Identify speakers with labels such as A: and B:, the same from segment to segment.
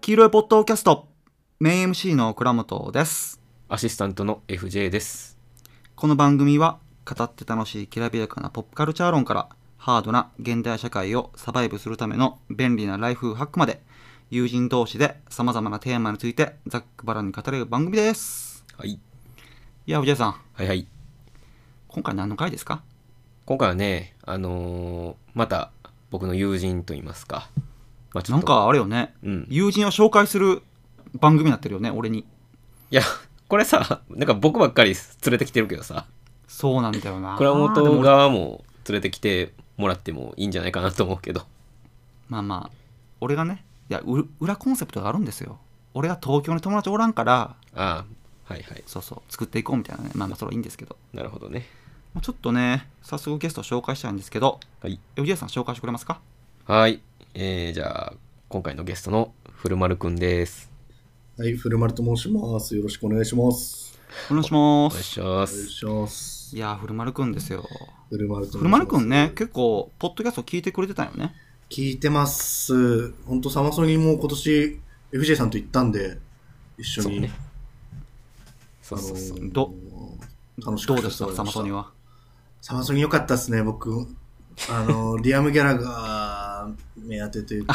A: 黄色いポッドキャストメイン MC の倉本です
B: アシスタントの FJ です。
A: この番組は語って楽しいきらびやかなポップカルチャー論からハードな現代社会をサバイブするための便利なライフハックまで友人同士でさまざまなテーマについてざっくばらんに語れる番組です
B: はい。
A: いやおじいさん
B: はいはい。
A: 今回何の回ですか
B: 今回はね、あのーまた僕の友人と言いますか。まあ
A: なん、かあれよね
B: うん。い
A: 友人を紹介する番組になってるよね俺に
B: や、これさ、なんか僕ばっかり連れてきてるけどさ、
A: そうなんだよな
B: 倉
A: で
B: 本
A: も
B: 側も連れてきてもらってもいいんじゃないかなと思うけど。
A: まあまあ俺がねいやう裏コンセプトがあるんですよ俺が東京に友達おらんから
B: ああ、はいはい。
A: そうそう作っていこうみたいなねまあまあそれはいいんですけど、
B: なるほどね。
A: まあ、ちょっとね早速ゲストを紹介したいんですけど
B: はい。
A: 藤井さん紹介してくれますか
B: はい。えー、じゃあ、今回のゲストの古丸くんです。
C: はい、フルマルと申します。よろしくお願いします。
A: お願いしま
B: お願い
A: す
B: しま
C: お願い
B: す。
C: します
A: い。やー古丸くんですよ
C: フルマルと申します。
A: 古丸くんね結構ポッドキャスト聞いてくれてたよね
C: 聞いてます。本当サマソニも今年 FJ さんと行ったんで、一緒
B: そう
C: に。
B: ね。そうそうそう。
C: あのー
A: ど
C: 楽し
A: ど
C: く
A: うでし
C: させてもら
A: たサ
C: いま
A: マ
C: した
A: ソニは
C: サマソニ良かったですね、僕。あのー、リアム・ギャラが目当てというか、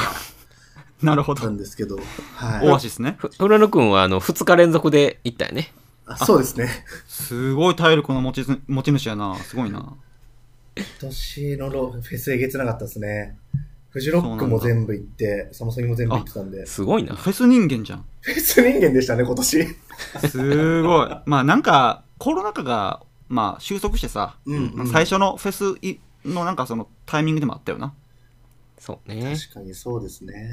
A: なるほ
C: な
A: ど
C: んですけど。は
A: オア
C: い。
A: シスね
B: ふ古丸くんは、あの、2日連続で行ったよね。
C: あそうですね。
A: すごい体力の持ちず持ち主やなすごいな
C: 今年のロフェスえげつなかったですね。フジロックも全部行って、サマソニも全部行ってたんで。
B: すごいな。
A: フェス人間じゃん
C: フェス人間でしたね、今年。
A: すごい。まあなんかコロナ禍がまあ収束してさ、
C: うん
A: まあ最初のフェスいのなんかそのタイミングでもあったよな。
B: そうね。
C: 確かにそうですね。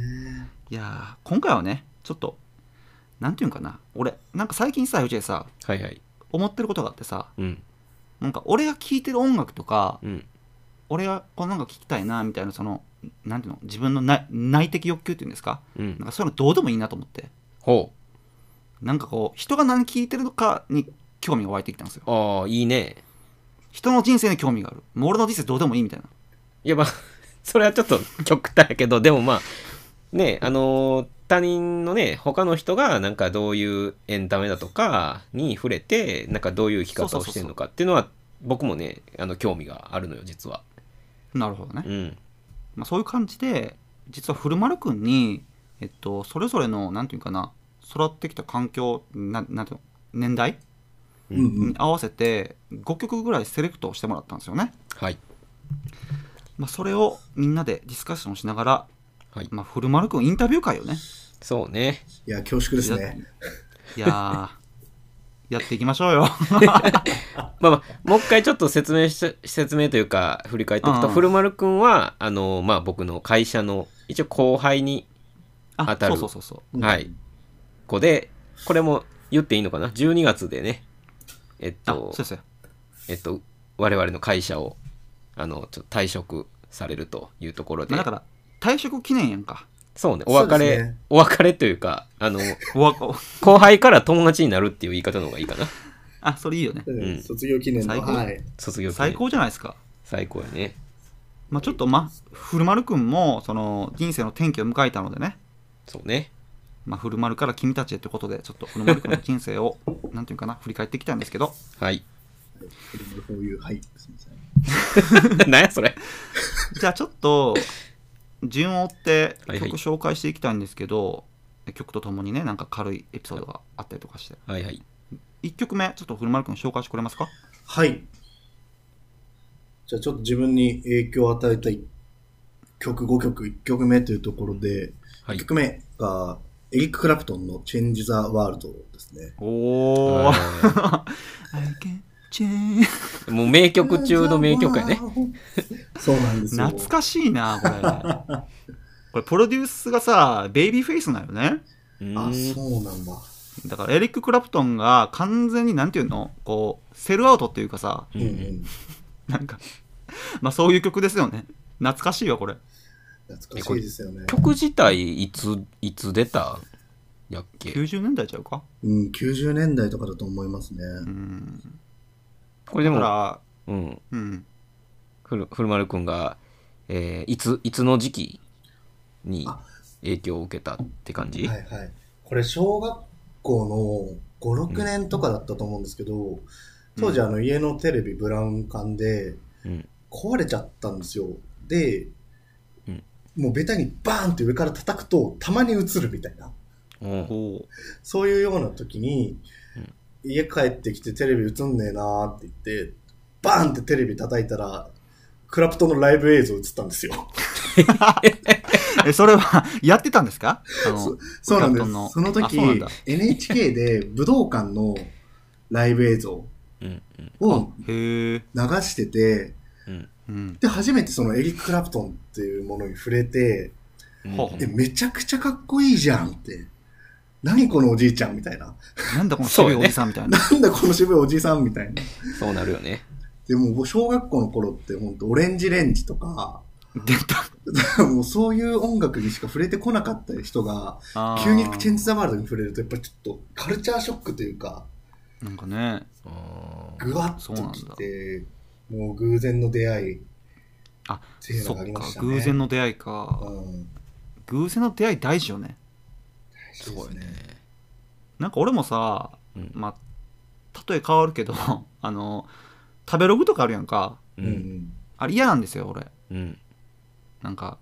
A: いやー今回はねちょっとなんていうんかな俺なんか最近さうちでさ
B: はいはい。
A: 思ってることがあってさ
B: うん。
A: なんか俺が聴いてる音楽とか
B: うん。
A: 俺がこうなんか聴きたいなみたいなそのなんていうの自分の内内的欲求っていうんですか
B: う
A: なん
B: ん。
A: かそういうのどうでもいいなと思って
B: ほ
A: なんかこう人が何聴いてるのかに興味が湧いてきたんですよ
B: う。ああ、いいね。
A: 人の人生に興味があるもう俺の人生どうでもいいみたいない
B: や、まあ、 それはちょっと極端やけど、でもまあ、ね、あのー他人のね、他の人がなんかどういうエンタメだとかに触れて、なんかどういう生き
A: そう
B: 方
A: そうそ
B: を
A: うそう
B: してるのかっていうのは、僕もね、あの興味があるのよ、実は。
A: なるほどね
B: うん。
A: まあ、そういう感じで実は古丸くんに、えっと、それぞれのなんていうかな育ってきた環境ななんていうの年代
B: うん
A: に合わせて5曲ぐらいセレクトをしてもらったんですよね、
B: はい。
A: まあ、それをみんなでディスカッションしながら、
B: はい
A: まあ、古丸くんインタビュー会をね
B: そうね。
C: いや、恐縮ですね。
A: いや ーやっていきましょうよ
B: まあまあ、もう一回ちょっと説明し、説明というか、振り返っていくと、
A: うん
B: 古丸くんは、あのーまあ僕の会社の、一応後輩に、
A: あ
B: 当たる
A: そうそうそうそう
C: うん
B: はい。子で、これも言っていいのかな ?12 月でね、えっ
A: あ
B: と
A: そう、ですよ
B: えっと、我々の会社を、あの、ちょっと退職されるというところ
A: ま
B: で
A: あ、だから退職記念やんか
B: そうね、お別
C: そうで
B: れ、
C: すね
B: お別れというか、あの、
A: おわこ
B: 後輩から友達になるっていう言い方の方がいいかな。
A: あそれいい よね
C: うん
B: うん
C: 卒業記念
A: 最
C: の。
A: 高
C: はい。
B: 卒業記念
A: 最高じゃないですか
B: 最高やね。
A: まあ、ちょっと、ま、古丸くんもその人生の転機を迎えたのでね、
B: そうね。
A: まあ、古丸から君たちへということでちょっと古丸くんの人生をなんていうかな振り返ってきたんですけど
B: はい。
C: こういう、はい。すみません。
B: なんやそれ。
A: じゃあちょっと順を追って
B: はいはい
A: 曲紹介していきたいんですけど、曲とともにねなんか軽いエピソードがあったりとかして
B: はいはい。
A: 1曲目ちょっと古丸くん紹介してくれますか
C: はい。じゃあちょっと自分に影響を与えた一曲、5曲、1曲目というところで、
B: は
C: 1
B: い。
C: 曲目が、エリック・クラプトンの Change the World ですね。
A: おお
B: あーもう名曲中の名曲やね。。
C: そうなんですよ。
A: 懐かしいなこれこれプロデュースがさベイビーフェイスなのよね
B: うー
C: あ、
B: ん。
C: そうなんだ。
A: だからエリック・クラプトンが完全になんていうのこうセルアウトっていうかさ
B: う
C: うんん
B: う
C: うんん。
A: なんかまあそういう曲ですよね懐かしいわこれ
C: 懐かしいですよね。
B: 曲自体、いつ、いつ出たやっけ
A: 90年代ちゃうか
C: うん、90年代とかだと思いますね。
A: うん
B: これで
A: だか
B: も、
A: ら
B: うん。
A: うん
B: ふる古丸くんが、えーいつ、いつの時期に、影響を受けたって感じ、
C: はいはい。これ、小学校の5、6年とかだったと思うんですけど、当時あの家のテレビブラウン管で
B: うん
C: 壊れちゃったんですよ。で
B: うん、
C: もうベタにバーンって上から叩くとたまに映るみたいな。
B: うん
A: ほ
C: そういうような時に
B: うん、
C: 家帰ってきてテレビ映んねえなーって言って、バーンってテレビ叩いたら、クラプトンのライブ映像映ったんですよ。
A: う。え、それは、 やってたんですかあの、
C: そうなん
A: ク
C: で
A: ラプトンの
C: す。その
A: あ
C: 時
A: そうなんだ、
C: NHK で武道館のライブ映像
B: うんうん
C: を
A: へえ。
C: 流してて、
B: うん
A: うん。
C: で、初めてそのエリック・クラプトンっていうものに触れて、
B: うん
A: ほう
C: え、めちゃくちゃかっこいいじゃんって。何このおじいちゃんみたいな。
A: なんだこの渋いおじさんみたいな。
C: なんだこの渋いおじさんみたいな。
B: そうなるよね
C: でも、小学校の頃って本当オレンジレンジとか、
A: 出た。
C: もうそういう音楽にしか触れてこなかった人が、
A: あー
C: 急にチェンジ・ザ・ワールドに触れると、やっぱりちょっとカルチャーショックというか、
A: なんかね、
B: あー
C: ぐわっ
A: そうな
C: と
A: んだ
C: きて、もう偶然の出会い。
A: あ
C: っていう
A: そ
C: の
A: っ
C: がありまし
A: か、
C: たね。
A: 偶然の出会いか。
C: うん。
A: 偶然の出会い大事よね。
B: すごいね
A: なんか俺もさ、
B: うん
A: まあ、例え変わるけど、 あの、食べログとかあるやんか。
B: う
C: うんうんん。
A: あれ嫌なんですよ、俺。
B: うん
A: なんか、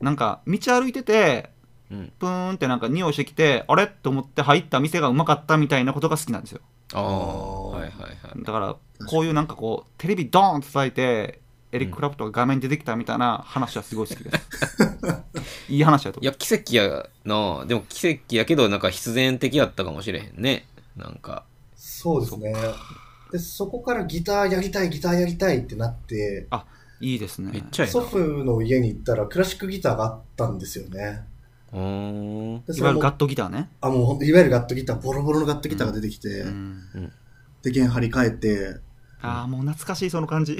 A: なんか、道歩いてて、
B: うん
A: プーンってなんか匂いしてきて、あれと思って入った店がうまかったみたいなことが好きなんですよ。
B: ああ
C: あー
B: はいはいはい
A: だから、こういうなんかこう、テレビドーンって叩いて、エリック・クラプトンが画面に出てきたみたいな話はすごい好き です。いい話だと
B: い。や奇跡やなでも奇跡やけどなんか必然的やったかもしれへんねなんか
C: そうですね。で、そこからギターやりたい、ギターやりたいってなって、
A: いいですね。
B: めっちゃええ
C: 祖父の家に行ったらクラシックギターがあったんですよね。
B: なうーん
C: で
A: いわゆる
C: も
A: ガットギターね。
C: あ、もうほんといわゆるガットギター、ボロボロのガットギターが出てきて、
A: うん、
C: で、弦張り替えて、
A: ああ、もう懐かしい、その感じ。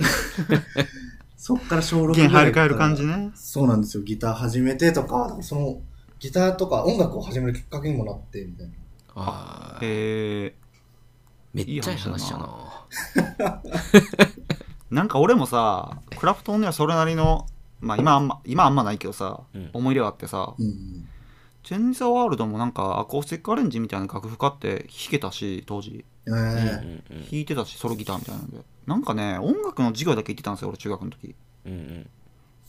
C: そっから小6
A: 弦入
C: り
A: れ替える感じね。
C: そうなんですよ。ギター始めてとか、その、ギターとか音楽を始めるきっかけにもなって、みたいな。
B: あー
A: え
B: めっちゃいい話
A: いい話
B: や
A: だ
B: な
A: ー、なんか俺もさ、クラフトンにはそれなりの、まあ今あんま、今あんまないけどさ、
B: うん
A: 思い入れがあってさ、
C: うん。
A: チェンジ・ザ・ワールドもなんかアコースティックアレンジみたいな楽譜買って弾けたし、当時。
C: ええ
B: うんうんうん
A: 弾いてたし、ソロギターみたいなんで。なんかね、音楽の授業だけ行ってたんですよ、俺中学の時。
B: うんうん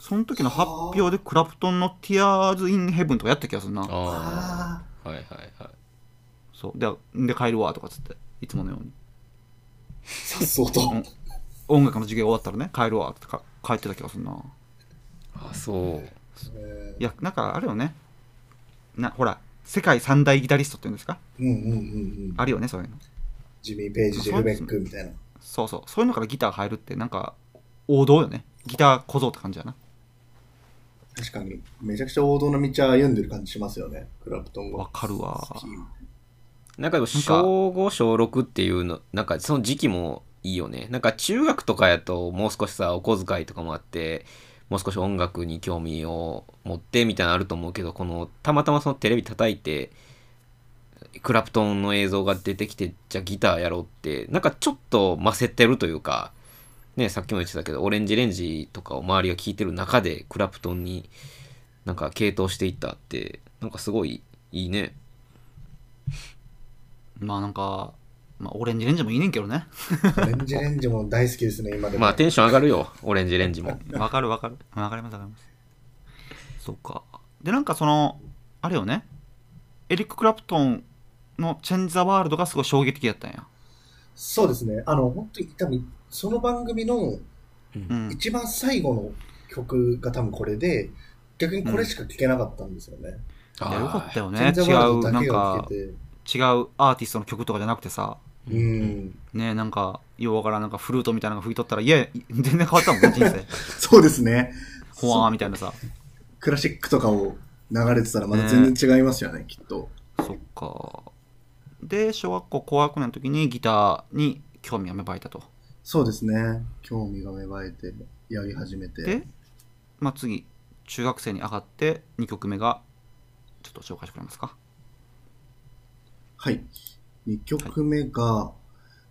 A: その時の発表でクラプトンの Tears in Heaven とかやった気がするな。
B: あ
C: あ
B: あはいはいはい
A: そう。で、で帰るわとかっつって、いつものように。
C: あ、さっそうと。
A: うん音楽の授業終わったらね、帰るわってか帰ってた気がするな。
B: あそう
C: え
A: いや、なんかあれよね。な、ほら、世界三大ギタリストって言うんですか
C: えうんうんうんうん。
A: あるよね、そういうの。
C: ジミー・ペイジ、ジェル・ベックみたいな。
A: そうそう。そういうのからギター入るって、なんか、王道よね。ギター小僧って感じだな。
C: 確かに、めちゃくちゃ王道の道歩んでる感じしますよね。クラプトン
A: わ
C: が。
A: かるわ。
C: 好き。
B: なんかでも小5小6っていうのなんかその時期もいいよねなんか中学とかやともう少しさお小遣いとかもあってもう少し音楽に興味を持ってみたいなのあると思うけどこのたまたまそのテレビ叩いてクラプトンの映像が出てきてじゃあギターやろうってなんかちょっとませてるというかねさっきも言ってたけどオレンジレンジとかを周りが聴いてる中でクラプトンになんか傾倒していったってなんかすごいいいね
A: まあなんか、まあ、オレンジレンジもいいねんけどね。
C: オレンジ・レンジも大好きですね、今でも。
B: まあテンション上がるよオレンジレンジも
A: わかるわかる。わかりますわかります。そうか。で、なんかその、あれよね。エリック・クラプトンのチェンジ・ザ・ワールドがすごい衝撃的やったんや。
C: そうですね。あの、本当に多分、その番組の
A: うん。
C: 一番最後の曲が多分これで、逆にこれしか聴けなかったんですよね。
A: いやよかったよね。
C: 全
A: 違
C: 然ワール
A: う、な
C: ドだ
A: ん
C: けが聴
A: か、
C: けて。
A: 違うアーティストの曲とかじゃなくてさ、
B: う
C: うんん。
A: ねなんか、ようわからんなんかフルートみたいなのが吹いとったら、いや、全然変わったもん ね、人生。
C: そうですね。
A: ほわーみたいなさ。
C: クラシックとかを流れてたらまた全然違いますよね、きっと。
A: そっか。で、小学校高学年の時にギターに興味が芽生えたと。
C: そうですね。興味が芽生えて、やり始めて。
A: で、まあ、次、中学生に上がって2曲目が、ちょっと紹介してくれますか。
C: はい。2曲目が、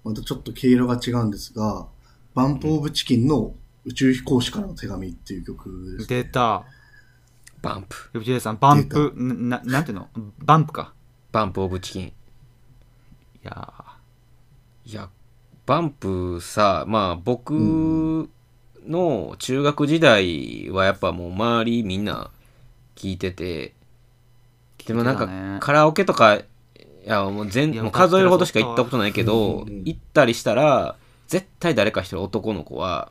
C: またちょっと毛色が違うんですが、バンプオブチキンの宇宙飛行士からの手紙っていう曲です。
A: 出た。
B: バンプ。
A: FJ さん、バンプ、な、なんていうのバンプか。
B: バンプオブチキン。
A: いや
B: いや、バンプさ、まあ僕の中学時代はやっぱもう周りみんな聞いてて、
A: ー
B: でもなん
A: 聞いてた
B: か
A: ね
B: カラオケとか、いやもう全
A: いや
B: もう
A: 歌って
B: 数
A: る
B: えるほどしか行ったことないけど、
C: うんうん
B: 行ったりしたら、絶対誰か一人男の子は、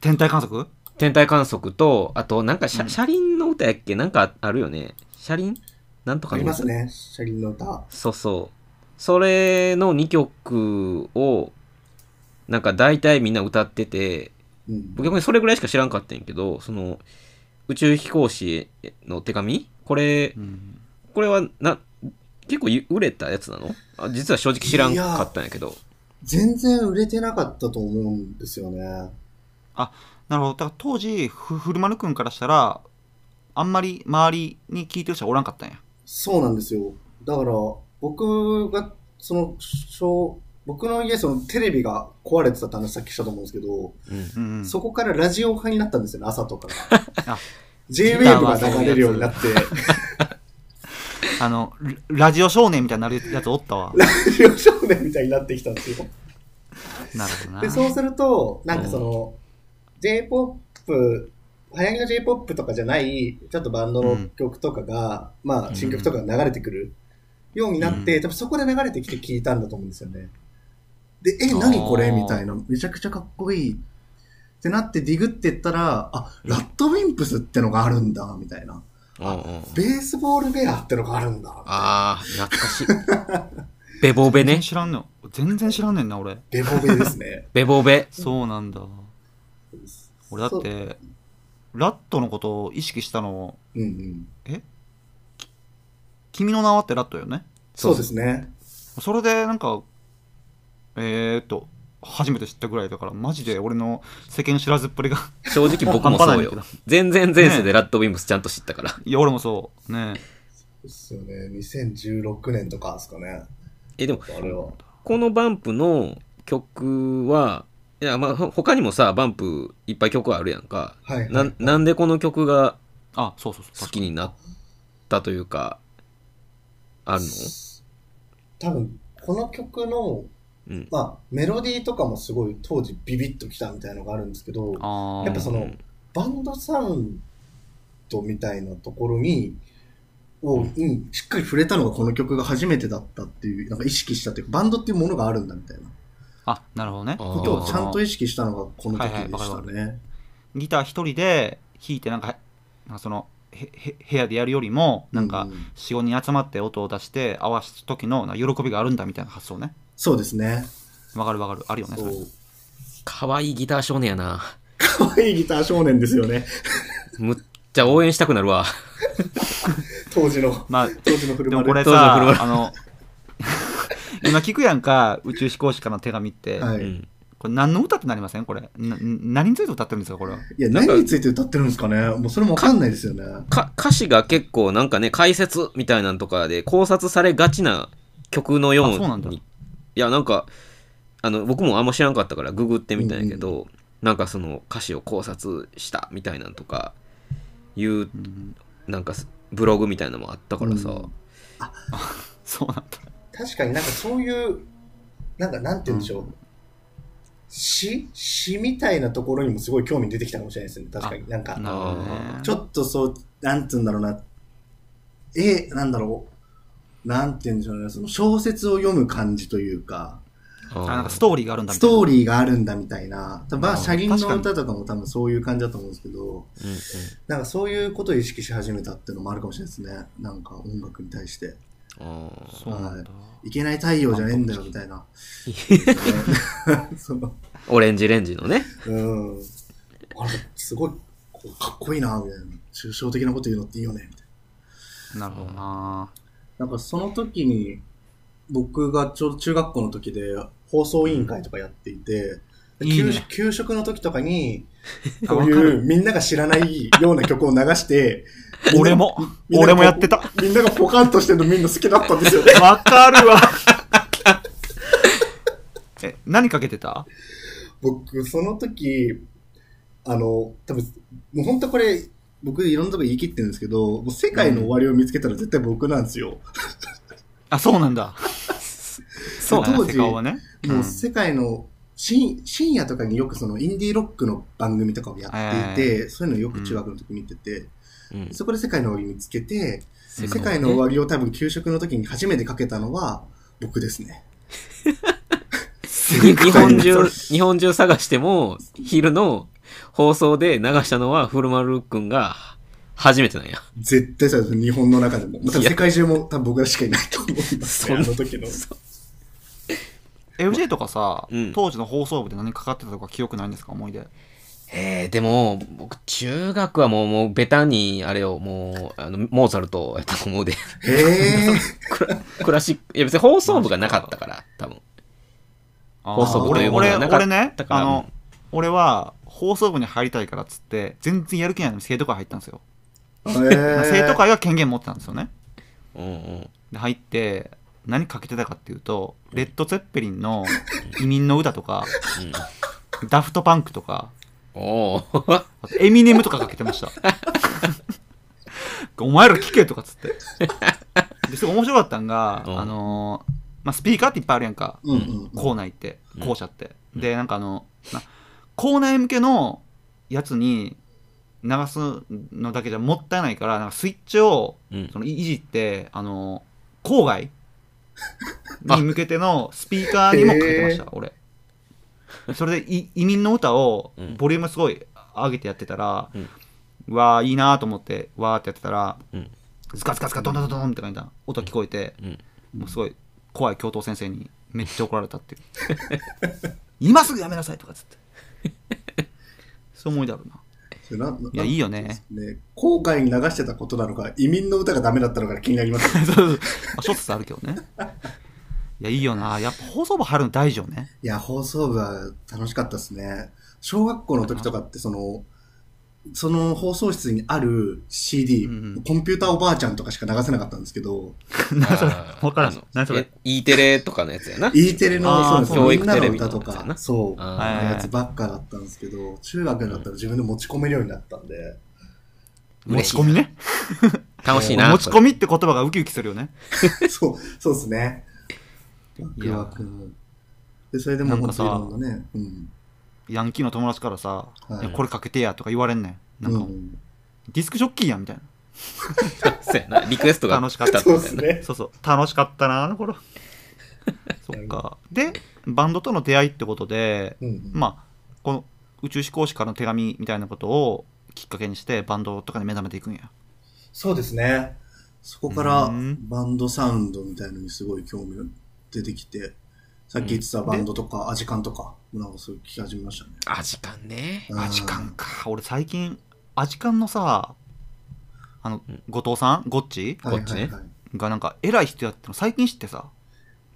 A: 天体観測
B: 天体観測と、あとなんか車,、
A: うん
B: 車輪の歌やっけなんかあるよね。車輪なんとか
C: あ
B: の
C: り
B: 歌
C: ますね、車輪の歌。
B: そうそう。それの2曲を、なんか大体みんな歌ってて、
C: うん。
B: 僕逆にそれぐらいしか知らんかったんやけど、その、宇宙飛行士への手紙これ
A: う、ん。
B: これはな、結構売れたやつなのあ実は正直知らんかったんやけど。
C: 全然売れてなかったと思うんですよね。
A: なるほど。だから当時、ふ古丸くんからしたら、あんまり周りに聞いてる人はおらんかったんや。
C: そうなんですよ。だから、僕が、その、小、僕の家、そのテレビが壊れてたって話さっきしたと思うんですけど、
B: うん
A: うんうん。
C: そこからラジオ派になったんですよね、朝とか
A: あ
C: が。J-Wave が流れるようになって、
A: あの、ララジオ少年みたいになるやつおったわ。
C: ラジオ少年みたいになってきたんですよ。
A: なるほどな。
C: で、そうすると、なんかその、J-POP、流行りの J-POP とかじゃない、ちょっとバンドの曲とかが、まあ、新曲とかが流れてくるようになって、
A: うん
C: 多分そこで流れてきて聞いたんだと思うんですよね。で、え、
B: あー
C: 何これみたいな、めちゃくちゃかっこいいってなってディグってったら、あ、ラッドウィンプスってのがあるんだ、みたいな。
B: うんうん。
C: ベースボールベアってのがあるんだ。みたいな
B: あー、懐かしい。 ベボベ
A: 全然
B: ね。。
A: 知らんの。全然知らんねんな、俺。
C: ベボベですね
B: ベボベ。
A: そうなんだ。俺だっ
C: そう。
A: て、ラットのことを意識したの、
C: うんうん。
A: 君の名はってラットよね。
C: そうですね。
A: それで、なんか、えーっと、初めて知ったぐらいだから、マジで俺の世間知らずっぷりが、
B: 正直僕もそ
A: 半
B: うよ
A: 端ないんだ。
B: 全然前世でラッドウィンプスちゃんと知ったから。
A: いや、俺もそう。ね
C: ですよね。2016年とかですかね。
B: え、でも、
C: あれは。
B: このバンプの曲は、いや、まあ、ほ他にもさ、バンプいっぱい曲あるやんか。
C: はいはい。
B: な、なんでこの曲が
A: あ、そうそうそ
B: 好
A: う。
B: きになったというか、あるの
C: 多分、この曲の、
B: うん。
C: まあ、メロディーとかもすごい当時ビビッときたみたいのがあるんですけど、
A: あー
C: やっぱその
B: うん
C: バンドサウンドみたいなところに、を、
B: うん
C: うん、しっかり触れたのがこの曲が初めてだったっていう、なんか意識したっていうか、バンドっていうものがあるんだみたいな
A: あ、なるほどね。
B: あー
C: ことをちゃん
A: 要
C: と
A: は
C: 意識したのがこの時
A: はいはい
C: で
A: わかる
C: し
A: わ
C: た
A: か
C: ね。
A: そのギター一人で弾いて、なんか、なんかその、へへ部屋でやるよりも、なんか
C: う、う
A: 4、5人集まって音を出して合わす時のなんか喜びがあるんだみたいな発想ね。
C: そうですね。
A: わかるわかる。あるよね、そ
C: そ
A: れ。
C: う。
B: かわいいギター少年やな。
C: 可愛いギター少年ですよ ね。
B: むっちゃ応援したくなるわ。
C: 当時の、
A: まあ、
C: 当時のフル
A: で
C: マ
A: もこれ
C: ル。
B: 当時のフル
A: さ、あの、 今聞くやんか、宇宙飛行士からの手紙って。
C: は
B: う
C: い。
B: ん。
A: これ何の歌ってなりませんこれ。な何について歌ってるんですかこれは。
C: いや、
B: なんか
C: 何について歌ってるんですかねもうそれもわかんないですよね。
B: か、歌詞が結構なんかね、解説みたいなんとかで考察されがちな曲のように。
A: あそうなんだ
B: いや、なんか、あの、僕もあんま知らんかったからググってみたんやけど、なんかその歌詞を考察したみたいなんとか、いう、
A: うん
B: なんかすブログみたいなのもあったからさ、
C: うん
A: そうなんだ。
C: 確かになんかそういう、なんかなんて言うんでしょう。詩詩みたいなところにもすごい興味出てきたかもしれないですね。確かに。なんか、
A: なるほどね。
C: ちょっとそう、なんて言うんだろうな。え、なんだろう。なんて言うんでしょうね。その小説を読む感じというか、
A: あなんかス
B: ー
A: トーリーがあるんだみ
C: ス
A: たいな。
C: トーリーがあるんだみたいな。多分まあ、
B: うん
C: 車輪
A: 確か
C: の
A: に
C: 歌とかも多分そういう感じだと思うんですけど、
B: うんうん
C: なんかそういうことを意識し始めたっていうのもあるかもしれないですね。なんか音楽に対して。
B: あー
A: そうなんだ。
C: いけない太陽じゃねえんだよみたいな。 そう
B: オレンジレンジのね。
C: うん。あれ、すごい、こうかっこいいな、みたいな。抽象的なこと言うのっていいよね、みたい
A: なるほどな。
C: な。なんかその時に、僕がちょうど中学校の時で放送委員会とかやっていて、
A: うんいいね
C: 給給食の時とかに、
A: あ
C: こう
A: わか
C: いう
A: る
C: みんなが知らないような曲を流して、みんな
A: 俺も、
C: みんなが
A: 俺もやってた。
C: みんながポカンとしてるのみんな好きだったんです よね。
A: わかるわ。 え、何かけてた
C: 僕、その時、あの、多分もう本当これ、僕いろんなとこ言い切ってるんですけど、もう世界の終わりを見つけたら絶対僕なんですよ。
A: あ、そうなん だ。
B: そう
C: 当時
A: セカオはね。
C: も
A: う
C: うん世界の深深夜とかによくそのインディーロックの番組とかをやっていて、そういうのよく中学の時見てて、
B: うん
C: そこで世界の終わり見つけて、
B: 世
C: 世界の終わりを多分給食の時に初めてかけたのは僕ですね。
B: り日本中、日本中探しても、昼の放送で流したのは、古丸くんが初めてなんや。
C: 絶対そうです。日本の中でも。多分
B: いや
C: 世界中も多分僕らしかいないと思います、
B: そん
C: ね。
B: な
C: あの時の。
A: FJ とかさ、
B: うん
A: 当時の放送部で何かかってたとか記憶ないんですか思い出。
B: えー、でも、僕、中学はもう、もう、ベタに、あれを、もう、あの、モーツァルトやったと思うで、
C: へえ。
B: クラ クラシック、いや別に放送部がなかったから、多分。
A: あー
B: 放送部というものがなかった
A: 俺俺俺ね
B: だ、から
A: あの、俺は放送部に入りたいからっつって、全然やる気ないのに生徒会入ったんですよ。まあ生徒会が権限持ってたんですよね。
B: うんうん。
A: で、入って、何かけてたかっていうと、レッド・ゼッペリンの移民の歌とか、ダフトパンクとか、
B: うん、おー
A: あとエミネムとかかけてま した。お前ら聞けとかっつって。ですごい面白かったんが、
B: うん
A: あのーまあ、スピーカーっていっぱいあるやんか、
C: うんうんうん。
A: 校内って、
B: うん
A: 校舎って。
B: うん
A: で、なんかあの、まあ校内向けのやつに流すのだけじゃもったいないから、なんかスイッチを
B: うん
A: そのいいじって、あのー郊 外に向けてのスピーカーにもかけてました、俺。それでい移民の歌を
B: うん
A: ボリュームすごい上げてやってたら、
B: うん
A: うわーいいなーと思ってわーってやってたら、
B: うん
A: ズカズカズカドンドンドンドンって感じな音聞こえて、
B: うん
A: もうすごい怖い教頭先生にめっちゃ怒られたっていう 今すぐやめなさいとかっつって そう思いだろうな
C: それなない
A: やいいよね
C: ね、後悔に流してたことなのか、移民の歌がダメだったのか気になります。
A: そうそうまあ諸説あるけどねいやいいよなやっぱ放送部入るの大事よね
C: いや、放送部は楽しかったですね。小学校の時とかって、その、その放送室にある CD、
A: うんうん
C: コンピューターおばあちゃんとかしか流せなかったんですけど、
A: 何それ
B: あー
A: 分から
B: あ
A: ん
B: の
A: 何それ
B: え E テレとかのやつやな。
C: E テレ
A: あ
C: の、そう
A: ー
C: ですね、
B: 教
C: みん
B: 育
C: な
B: テレ
C: の
B: ビの
C: 歌と
B: やつや
C: か、
B: な
C: そう、
B: あ
A: ー
C: あのやつばっかだったんですけど、中学になったら自分で持ち込めるようになった んで、
A: 持ち込みね
B: 楽しいな。
A: 持ち込みって言葉がウキウキするよね
C: そう、そうですね。
A: いや
C: で、それで
A: な
C: もう
A: ん
C: 本
A: か
C: 当
A: さ
C: にいろんなね、うん。
A: ヤンキーの友達からさ、
C: はい
A: いやこれかけてやとか言われんねんなんか、
C: うん
A: ディスクジョッキーやんみたい
B: それそうやな。リクエストが
A: 楽しかった
B: 来
C: そう
B: みた
C: で
B: い
C: す
B: な。
C: ね
A: な。そうそう楽しかったなあの 頃そっかでバンドとの出会いってことで
C: うんうん
A: まあこの宇宙飛行士からの手紙みたいなことをきっかけにしてバンドとかに目覚めていくんや
C: そうですね。そこから
A: うん
C: バンドサウンドみたいのにすごい興味が出てきて、さっき言ってたバンドとか、アジカンとか、なんかそう聞き始めましたね。
B: あ、時間ね。
C: うん
A: アジカンか俺最近アジカンのさあの
B: うん
A: 後藤さんゴッチ
B: こっちね
C: はいはいはい
A: がなんか偉い人やっての最近知ってさ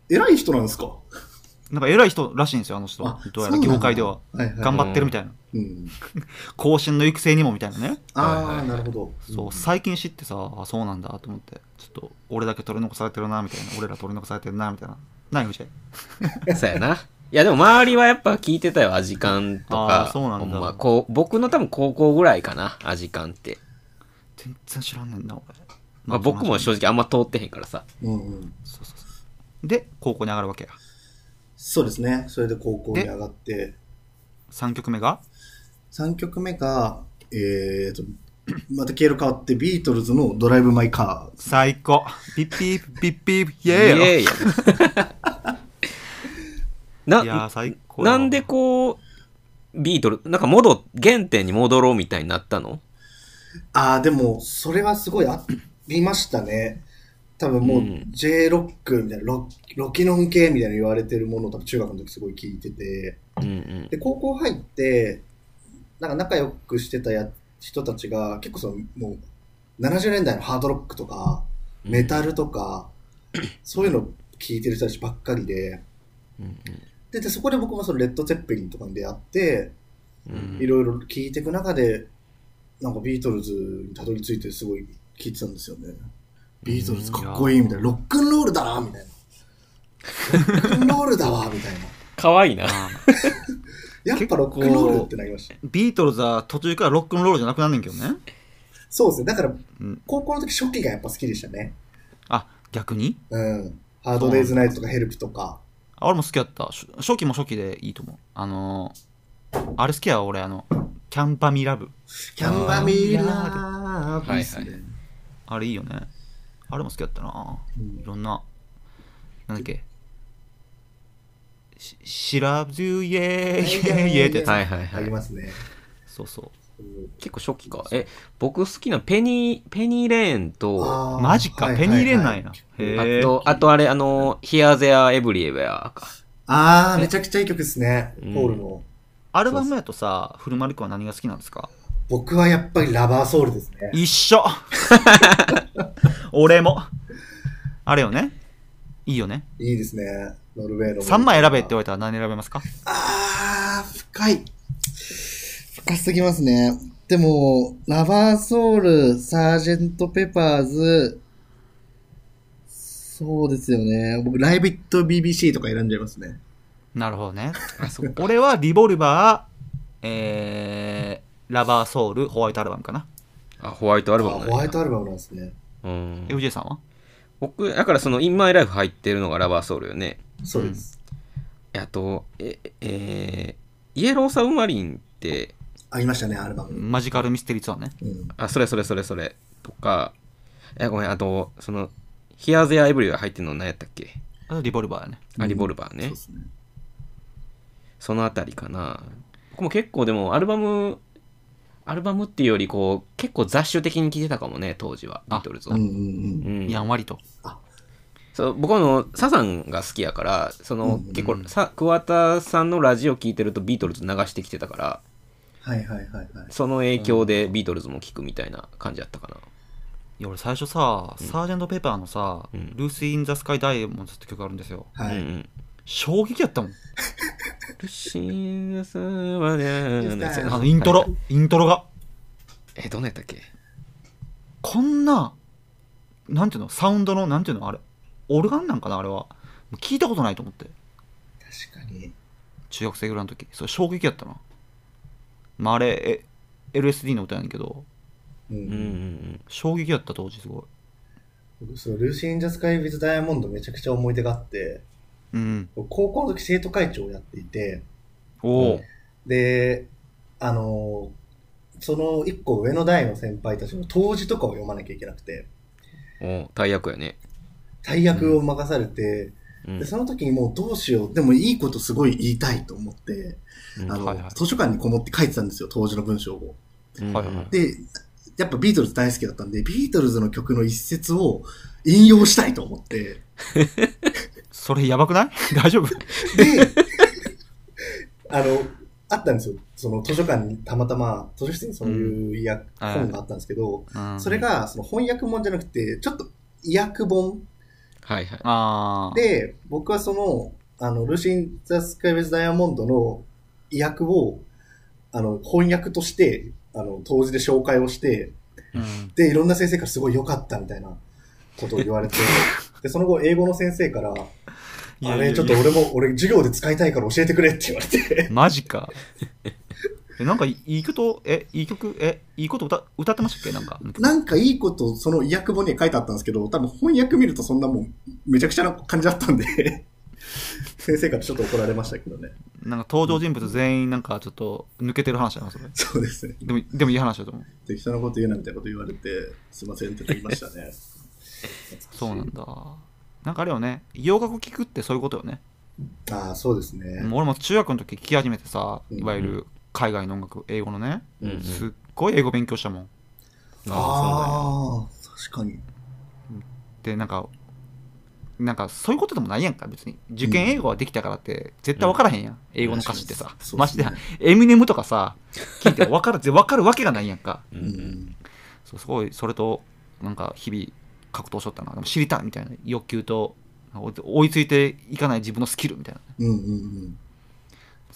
C: 偉い人なんですか
A: なんか偉い人らしいんですよあの人どうやら業界では。
C: そうなんだはいは
A: 頑
C: い
A: 張ってるみたいな
C: うん。
A: 後進の育成にもみたいなね
B: はい
C: あ
B: は
C: あ、
B: いは
C: ないるほど。
A: そう、
C: ん
A: 最近知ってさあそうなんだと思ってちょっと俺だけ取り残されてるなみたいな俺ら取り残されてるなみたいな何うち
B: そうやな。いや、でも周りはやっぱ聞いてたよ、アジカンと
A: あ
B: か
A: ー。そうなんだ
B: ほまこう僕の多分高校ぐらいかな、アジカンって。
A: 全然知らんねんな俺、
B: まあ、僕も
A: そう
B: 正直あんま通ってへんからさ。
C: うんうん。
A: そうそうで高校に上がるわけや
C: そうですね。それで高校に上がって、
A: 3曲目が
C: 3曲目が、えーと、 また経路変わって、ビートルズのドライブ・マイ・カー。
A: 最高ピッピーピッピーピッイエーイ
B: イエーイや な。
A: いやー最高だわ
B: なんでこう、ビートル、なんか戻、原点に戻ろうみたいになったの
C: ああ、でも、それはすごいありましたね。多分もう、
B: うん
C: J ロックみたいな、ロロキノン系みたいな言われてるものを多分中学の時すごい聞いてて、
B: うんうん。
C: で、高校入って、なんか仲良くしてたや人たちが、結構その、もう、70年代のハードロックとか、メタルとか、そういうのを聞いてる人たちばっかりで、
B: うん
C: で、でそこで僕もそのレッド・ゼッペリンとかに出会って、
B: うんうん
C: いろいろ聞いていく中で、なんかビートルズにたどり着いてすごい聞いてたんですよね。ビートルズかっこいいみたいな、ロックンロールだなみたいな。ロックンロールだわみたいな。
B: かわいいな。
A: あ
C: やっぱロックンロールってなりました。
A: ービートルズは途中からロックンロールじゃなくなんねんけどね
C: そうですね。だから、
A: うん、
C: 高校の時初期がやっぱ好きでしたね。
A: あ逆に
C: うん。ハードデイズナイトとかヘルプとか。
A: あ俺も好きやった初初期も初期でいいと思うあのーあれ好きや俺あのキャンパミラブ
C: キャンバミラー
B: はいはい
C: ですね
A: あれいいよねあれも好きやったな
C: うん
A: いろんな、なんだっけ、し、調べずイエーイイエーイイエーイってやつ
B: はいはい
C: あ
B: は
C: り
B: い。
C: ますね。
A: そうそう。
C: うん
B: 結構初期か。え、僕好きなペニー、ペニーレーンと、
C: あー
A: マジか、
C: はい
A: ペニーレンなんや。
C: はいはい
B: あ
A: へえ。
B: と、あとあれ、あの、Here, There, Everywhere か。
C: あー、めちゃくちゃいい曲ですね。
B: うん
C: ポールの。
A: アルバムやとさ、フルマルクは何が好きなんですか
C: 僕はやっぱりラバーソウルですね。
A: 一 緒俺も。あれよね。いいよね。
C: いいですね。ノルウェーの。
A: 3枚選べって言われたら何選べますか
C: あー、深い。深すぎますね。でも、ラバーソウル、サージェントペパーズ、そうですよね。僕、ライブイット BBC とか選んじゃいますね。
A: なるほどね。
B: あ、そっか。
A: 俺はリボルバー、えー、ラバーソウル、ホワイトアルバムかな。
B: あ、ホワイトア
C: あ
B: ルバムなんや
C: ホワイトアルバムなんですね。
B: うん。
A: FJ さんは
B: 僕、だからその、インマイライフ入ってるのがラバーソウルよね。
C: そうです。
B: あと、え、えーイエローサブマリンって、
C: ありましたね、アルバム。
A: マジカルミステリーツアーね。
C: うん。
B: あ、それそれそれそれとか、え、ごめん、あと、その、Here, There, Everywhere 入ってるの何やったっけ
A: あとリボルバーやね。
B: あ、リボルバーね。
C: そうですね。
B: そのあたりかな。僕も結構でもアルバム、アルバムっていうよりこう、結構雑種的に聴いてたかもね、当時は、ビ
A: あ
B: ートルズ
C: う
B: を。
C: ん
B: う
C: うん
B: ん
A: やんわりと。
B: そう僕はあのサザンが好きやからその、
C: うんうん
B: 結構さ桑田さんのラジオ聴いてるとビートルズ流してきてたから
C: はいはいはいはい。
B: その影響でビートルズも聴くみたいな感じやったかな、
A: いや俺最初さ、サージェント・ペパーのさ、
B: うん
A: ルース・イン・ザ・スカイ・ダイヤモンドって曲があるんですよ。
B: う
C: は
B: ん
C: い。
B: うん
A: 衝撃やったもん。
B: ルシーナさんはね
C: ですね
A: あのイントロ、
B: はい
A: イントロが。
B: えどんなやったっけ
A: こんな、なんていうの、サウンドの、なんていうの、あれ、オルガンなんかな、あれは。もう聞いたことないと思って、
C: 確かに。
A: 中学生ぐらいの時。それ衝撃やったな。まああれ、え LSD の歌やねんけど、
C: う。
B: うんうんうんん
A: 衝撃やった当時すごい。
C: 僕そう、ルーシー・イン・ザ・スカイ・ウィズ・ダイヤモンドめちゃくちゃ思い出があって、
A: うん。
C: 僕高校の時生徒会長をやっていて、
A: おお、
B: うん
C: で、あのーその一個上の代の先輩たちの当時とかを読まなきゃいけなくて、
B: おう大役やね、
C: 大役を任されて、
B: うん
C: でその時にもうどうしよう、でもいいことすごい言いたいと思って、
B: うん
C: あの、
A: はいはい
C: 図書館にこもって書いてたんですよ、当時の文章を。
B: うん
A: はいはい
C: で、やっぱビートルズ大好きだったんで、ビートルズの曲の一節を引用したいと思って、
A: それやばくない 大丈夫
C: で、あの、あったんですよ。その図書館にたまたま、図書室にそういういや、
A: はい
C: 本があったんですけど、
A: うん
C: それ、がその翻訳本じゃなくて、ちょっと意訳本
B: はいはい
A: ああ。
C: で、僕はその、あの、ルーシン・ザ・スカイ・ベズ・ダイヤモンドの意訳を、あの、翻訳として、あの、当時で紹介をして、
A: うん
C: で、いろんな先生からすごい良かったみたいなことを言われて、で、その後、英語の先生から、
A: いや
C: あ
A: いやい
C: れ、
A: や
C: ちょっと俺も、俺、授業で使いたいから教えてくれって言われて、
A: マジか。え、なんかいいいこと、え、いい曲、え、いいこと歌歌ってましたっけなんか。
C: なんかいいこと、その訳本には書いてあったんですけど、多分翻訳見るとそんなもん、めちゃくちゃな感じだったん で、先生からちょっと怒られましたけどね。
A: なんか登場人物全員なんかちょっと抜けてる話だな、それ。
C: そうですね。
A: でも、でもいい話だと思う。
C: 適当なこと言うなみたいなこと言われて、すいませんって言いましたね。
A: そうなんだ。なんかあれよね、洋楽聴くってそういうことよね。
C: ああ、そうですね。
A: もう俺も中学の時聴き始めてさ、
C: うん
A: いわゆる海外の音楽、英語のね、
B: うんうん
A: すっごい英語勉強したもん。
B: あ
C: ああ、確かに。
A: で、なんか、なんかそういうことでもないやんか、別に。受験英語はできたからって、絶対分からへんやん。英語の歌詞ってさ。
C: そう
A: まし
C: です
A: て
C: ね
A: や、エミネムとかさ、聞いて分かる、 分かるわけがないやんか。
B: そう
C: う
B: なんやうんうん
C: ん。
A: そうすごいそれとなんか日々格闘しとったなでも知りたいみたいな欲求とお追いついていかない自分のスキルみたいな
C: うんうんうん。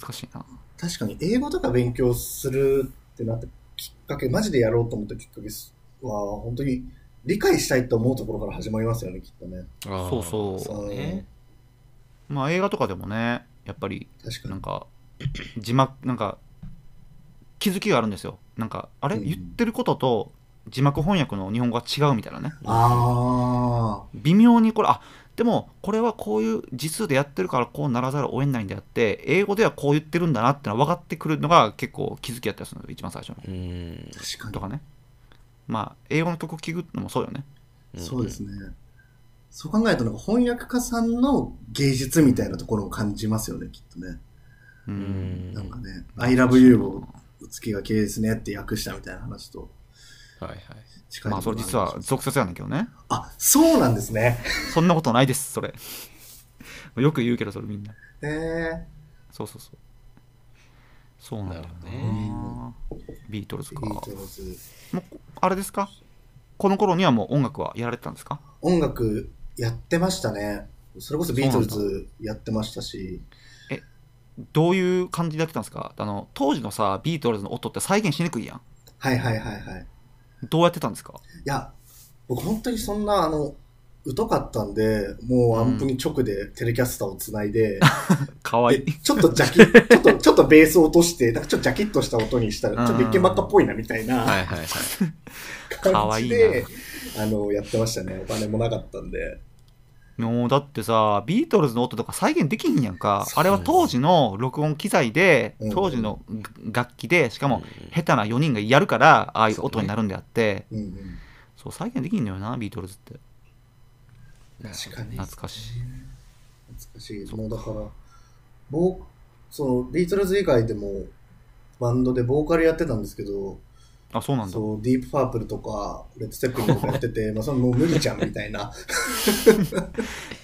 A: 難しいな
C: 確かに、英語とか勉強するってなったきっかけ、マジでやろうと思ったきっかけは、本当に理解したいと思うところから始まりますよね、きっとね。
B: あー
A: そうそう
B: そうね
A: まあ映画とかでもねやっぱり
C: 確か
A: な
C: に
A: ん。か字幕なんか気づきがあるんですよなんかあれ
C: うん
A: 言ってることと字幕翻訳の日本語が違うみたいなね
C: あ
A: 微妙にこれあでもこれはこういう字数でやってるからこうならざるを得ないんであって英語ではこう言ってるんだなってのは分かってくるのが結構気づきやったりするのよ一番最初の
B: うん
C: あ、確かに
A: と。かねまあ英語の曲を聴くのもそうよね
C: そうですね。そう考えると、なんか翻訳家さんの芸術みたいなところを感じますよね、きっとね。
A: う
B: うんん
C: なんかね、I love you を月が綺麗ですねって訳したみたいな話と
B: はいはい
C: 近い
A: まあそれ実は
C: 続
A: 続説やねんけどね
C: あ、そうなんですね。
A: そんなことないですそれ よく言うけどそれみんな
C: ええ
A: そうそうそうそうなんだよ
B: なる
A: ねビートルズ
C: ビ
A: か
C: ートルズ。
A: もうあれですかこの頃にはもう音楽はやられてたんですか
C: 音楽やってましたね。それこそビートルズやってましたし、
A: どういう感じでやってたんですかあの当時のさビートルズの音って再現しにくいやん
C: はいはいはいはい。
A: どうやってたんですか
C: いや、僕本当にそんな、あの、疎かったんで、もうアンプに直でテレキャスターをつないで、
A: かわいい
C: でちょっとジャキッ、ちょっと、ちょっとベースを落として、なんかちょっとジャキッとした音にしたら、ちょっと一見ばっかっぽいなみたい
B: は
C: ない
B: はいはい
A: かわ
C: 感
A: い
C: じ
A: い
C: で、あの、やってましたね。お金もなかったんで。
A: もうだってさビートルズの音とか再現できひんやんか
C: そう
A: あれは当時の録音機材で
C: うん
A: 当時の楽器でしか
B: う
A: も
B: ん
A: 下手な4人がやるからああいう
B: そうね
A: 音になるんであって
C: うんうん。
A: そう再現できんのよなビートルズって
C: 確かに。
A: 懐かしい
C: 懐かしい。もうだから、僕、その、ビートルズ以外でも、バンドでボーカルやってたんですけど、
A: あそうなんだ
C: そう、ディープパープルとか、レッドステップリンとかやって て、まあ、それもう無理じゃんみたいな、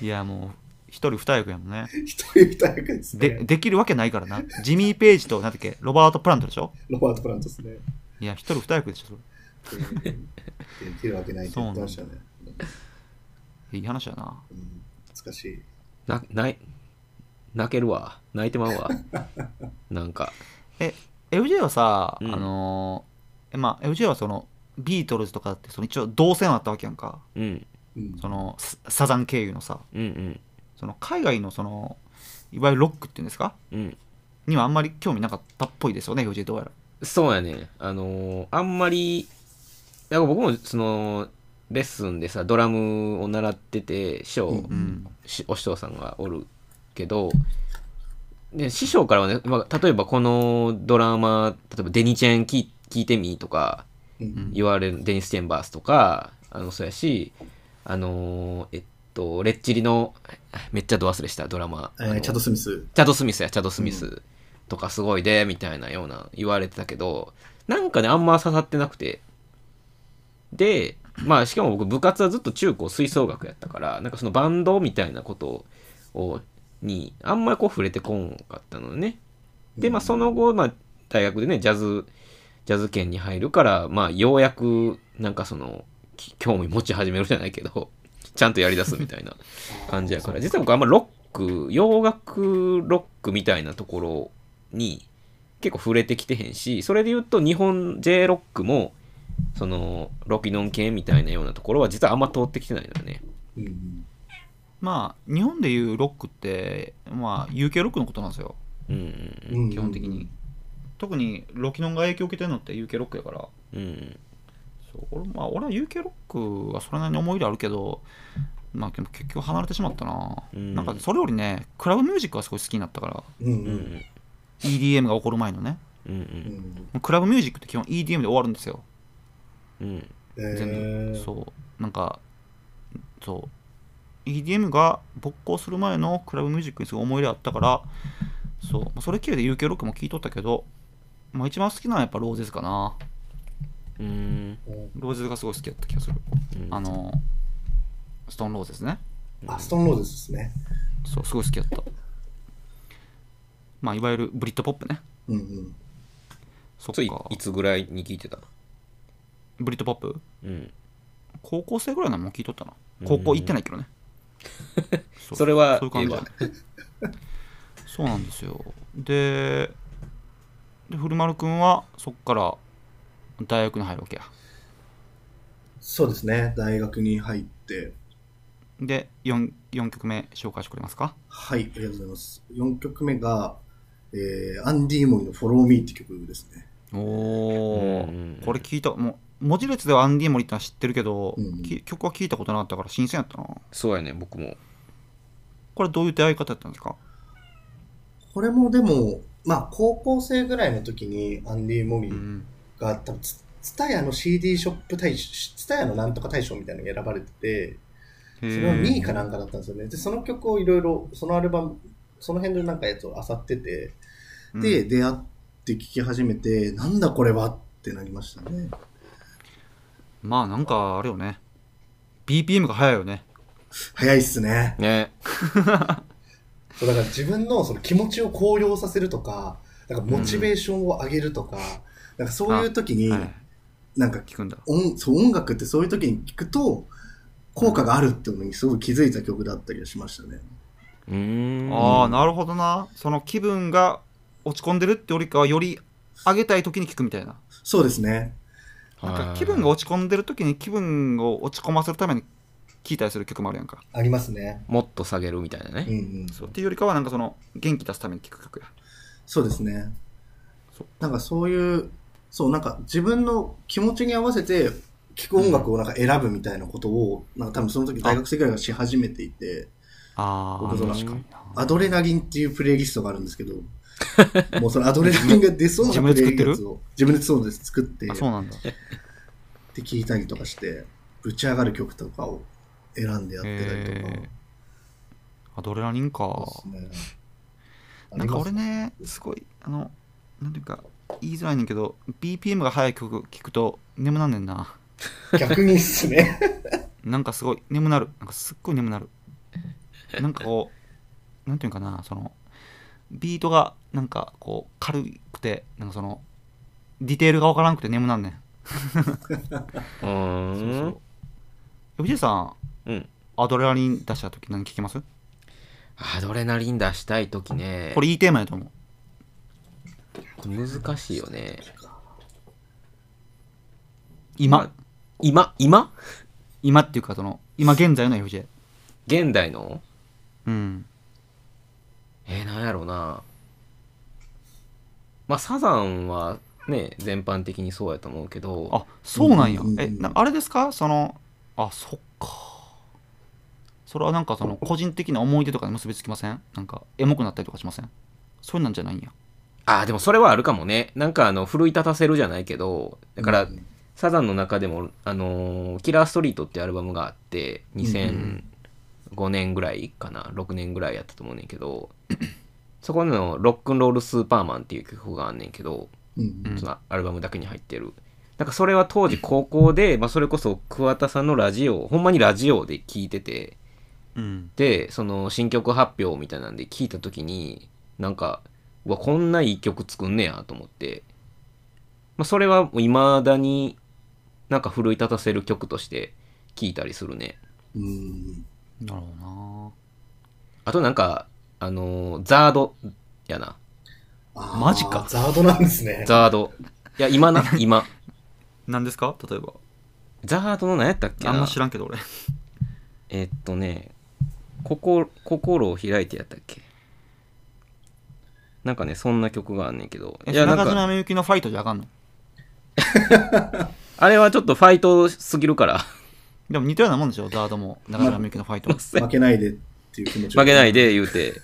A: いやもう一人二役やもんね
C: 一人二役です
A: で
C: ね。
A: できるわけないからなジミー・ペイジとなんだっけロバート・プラントでしょ
C: ロバート・プラントですね。
A: いや一人二役でしょそれ
C: うんできるわけないって言ってましたね。
A: いい話やな。
C: うん、懐かしい。
B: なない泣けるわ泣いてまう わなんか
A: FJ はさ、
B: うん
A: あのーえまあ FJ はそのビートルズとかってその一応同性はあったわけやんか
B: うん
C: うん、
A: そのササザン経由のさ
B: うん
A: その海外のそのいわゆるロックっていうんですか
B: うんうん
A: にはあんまり興味なかったっぽいですよね FJ どうやら
B: そうやねあのーあんまりなんか僕もそのレッスンでさドラムを習ってて師匠、
C: うん
A: うん
B: しお師匠さんがおるけどで師匠からはね、まあ、例えばこのドラマ例えばデニチェン聞い聞いてみとか
C: うん
A: うん
B: 言われるデニス・チェンバースとかあのそうやしあのーえっとレッチリのめっちゃド忘れしたドラマ、
C: え
B: あの
C: ーチャド・スミス。
B: チャド・スミスや、チャド・スミ
C: う
B: スとかすごいで、みたいなような言われてたけど、なんかね、あんま刺さってなくて。で、まあ、しかも僕、部活はずっと中高吹奏楽やったから、なんかそのバンドみたいなことを、に、あんまりこう触れてこんかったのね。で、まあ、その後、まあ、大学でね、ジャズ、ジャズ圏に入るから、まあ、ようやく、なんかその、き興味持ち始めるじゃないけど、 ちゃんとやりだすみたいな。感じやから実は僕あんまロック洋楽ロックみたいなところに結構触れてきてへんしそれで言うと日本 J ロックもそのロキノン系みたいなようなところは実はあんま通ってきてないのよね
C: うんうん
A: まあ日本でいうロックってまあ UK ロックのことなんですよ
B: うん
C: うんうん
A: 基本的に、特にロキノンが影響を受けてるのって UK ロックやから
B: うんうん
A: そう俺,、まあ、俺は UK ロックはそれなりに思い入れあるけど、まあ、でも結局離れてしまったな、
B: うん
A: なんかそれよりねクラブミュージックがすごい好きになったから
C: うん
B: う
C: うん
B: うんん
A: EDM が起こる前のね
B: うんう
C: うんん
A: クラブミュージックって基本 EDM で終わるんですよ
B: うん
C: え
A: 全部、
C: ー
A: そうなんかそう EDM が勃興する前のクラブミュージックにすごい思い入れあったからそうまあそれ系で UK ロックも聴いとったけど、まあ、一番好きなのはやっぱローゼズかな
B: うん
A: ローゼズがすごい好きだった気がする
B: うん
A: あのストーンローゼズね
C: あ、ストーンローズですね。
A: そうすごい好きだったまあいわゆるブリッドポップね
C: うんうん。
A: そっ
B: それい
A: か
B: いつぐらいに聞いてた
A: ブリッドポップ
B: うん
A: 高校生ぐらいなのもう聞いとったな高校行ってないけどねう
B: それは
A: そういう感じだねそうなんですよでで古丸くんはそっから大学に入るわけや
C: そうですね。大学に入って、
A: で 4, 四曲目紹介してくれますか
C: はい、ありがとうございます。4曲目が、えー、アンディ・モリの「フォロー・ミー」って曲ですね。
A: お
B: お
A: お、これ聞いたも文字列ではアンディ・モリってのは知ってるけど、
C: うん
A: き曲は聞いたことなかったから新鮮やったな
B: そうやね、僕も。
A: これどういう出会い方やったんですか
C: これもでも、まあ、高校生ぐらいの時にアンディ・モリ
A: うん
C: が、多分ツツタヤの CD ショップ大賞、ツタヤのなんとか大賞みたいなのに選ばれてて、
A: へ
C: そ
A: ー
C: れの2位かなんかだったんですよね。で、その曲をいろいろ、そのアルバム、その辺のなんかやつを漁ってて、
A: うん
C: で、出会って聴き始めて、なんだこれはってなりましたね。
A: まあなんかあれよね BPM が早いよね
C: 早いっすね。
B: ね。
C: そうだから自分のその気持ちを高揚させるとか、なんかモチベーションを上げるとか、なんかそういう時に、
A: はい
C: なんか
A: 聞くんだ
C: 音そう音楽ってそういう時に聞くと、効果があるっていうのにすごい気づいた曲だったりはしましたね。
B: うーん。
A: ああなるほどなその気分が落ち込んでるってよりかはより上げたい時に聞くみたいな
C: そうですね。
A: なんか気分が落ち込んでる時に気分を落ち込ませるために聞いたりする曲もあるやんか
C: ありますね。
B: もっと下げるみたいな
C: うん
B: ね。
C: うん。
A: そうっていうよりかはなんかその元気出すために聞く曲や
C: そうですね
A: そう。
C: なんかそういう、そう、なんか自分の気持ちに合わせて聴く音楽をなんか選ぶみたいなことを、なんか多分その時大学生ぐらいがし始めていて、
A: あ
C: 僕そうだ
B: 確かに
C: アドレナリンっていうプレイリストがあるんですけ ど、もうそのアドレナリンが出そうなプレイリストを自分でそうです作って、
A: あそうなんだ
C: で聞いたりとかして、ぶち上がる曲とかを選んでやってたりとか
A: えー。アドレナリンか
C: そうですね
A: なんか俺ねすごいあのなんていうか言いづらいねんけど BPM が速い曲聞くと眠なんねんな
C: あります 逆にっすね。
A: なんかすごい眠なるなんかすっごい眠なるなんかこうなんていうんかなそのビートがなんかこう軽くてなんかそのディテールがわからんくて眠なんねん
B: うーん
A: そうそう藤井さん、
B: うん
A: アドレナリン出した時何聞きます
B: アドレナリン出したい時ね。
A: これいいテーマやと思う
B: 難しいよね。
A: 今、
B: まあ今、今
A: 今っていうかその今現在の FJ
B: 現代の
A: うん
B: えー、なんやろうな。まあ、サザンはね、全般的にそうやと思うけど、
A: あそうなんや、
C: うんうんうん
A: えなんかあれですかそのあそっかそれはなんかその個人的な思い出とかに結びつきませんなんかエモくなったりとかしませんそういうなんじゃないんや
B: あ、でもそれはあるかもね。なんか、あの、奮い立たせるじゃないけど、だから、
C: うん
B: サザンの中でも、あのーキラーストリートってアルバムがあって、2005年ぐらいかな、6年ぐらいやったと思うねんけど、そこのロックンロールスーパーマンっていう曲があんねんけど、
C: うん
A: うん
B: そのアルバムだけに入ってる。なんかそれは当時高校で、まあそれこそ桑田さんのラジオ、ほんまにラジオで聞いてて、
A: うん
B: で、その新曲発表みたいなんで聞いた時に、なんか、うわ、こんないい曲作んねやと思って、まあそれは未だになんか奮い立たせる曲として聞いたりするね。
C: うん
A: なるほどな
B: あとなんか、あのーザードやな。
C: あー
A: マジか
C: ザードなんで すね。
B: ザード。いや、今 な、今。
A: 何ですか例えば
B: ザードの何やったっけな
A: あんま知らんけど俺
B: えっとね、ここ、心を開いてやったっけなんかね、そんな曲があんねんけど。
A: え
B: いや、なん
A: 中島
B: か、
A: みゆきのファイトじゃあかんの
B: あれはちょっとファイトすぎるから、
A: でも似たようなもんで しょザードも中島みゆきのファイ ト
B: 負
C: 負けないでっていう気持 ちを
B: けないで言うて。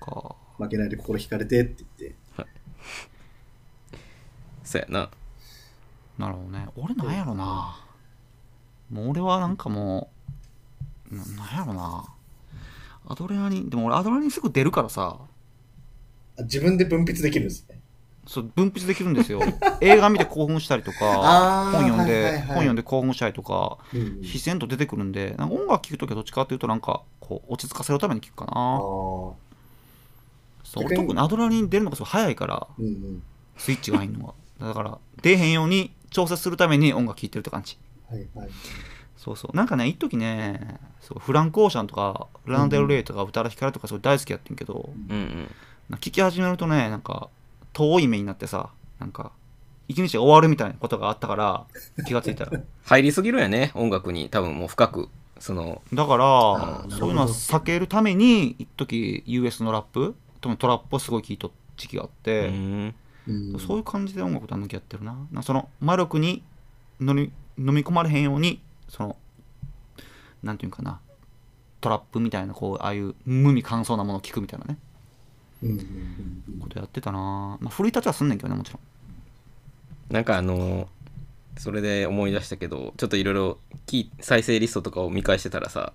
A: か
C: 負けないで心惹かれてって言って。
B: そうやな。
A: なるほどね俺なんやろなもう俺はなんかもうななんやろなアドレナリンでも俺アドレナリンすぐ出るからさ
C: あ自分で分泌できるんですね。
A: そう分泌できるんですよ 映画見て興奮したりとか
C: あー
A: 本読んで、
C: はいはいはい
A: 本読んで興奮したりとか
C: うんうん
A: 自然と出てくるんでなんか音楽聴くときはどっちかっていうとなんかこう落ち着かせるために聴くか
C: ああ
A: なそう
C: 逆に
A: 特にアドレナリン出るのがすごい早いから
C: うんうん。
A: スイッチが入るのはだから出えへんように調節するために音楽聴いてるって感じ
C: はいはい。
A: そうそうなんかね一時ねそうフランク・オーシャンとかフラナデル・レイとか宇多田ヒカルとかすごい大好きやってんけど
B: うんうん。
A: なんか聴き始めるとねなんか遠い目になってさなんか一日が終わるみたいなことがあったから気がついたら
B: 入りすぎるやね、音楽に。多分もう深く。その、
A: だ
B: あ
A: か
B: ー
A: らそういうのは避けるために一時 US のラップ特にトラップをすごい聴いとった時期があっ
B: う
A: て、
B: ーん。
C: うん
A: そういう感じで音楽とは向き合ってるななんかその魔力に乗り飲み込まれへんようにそのなんていうんかなトラップみたいなこうああいう無味乾燥なものを聞くみたいなね
C: うんうんうんうん
A: ことやってたなまあ古いたちはすんねんけどねもちろん
B: なんかあのそれで思い出したけどちょっといろいろき再生リストとかを見返してたらさ、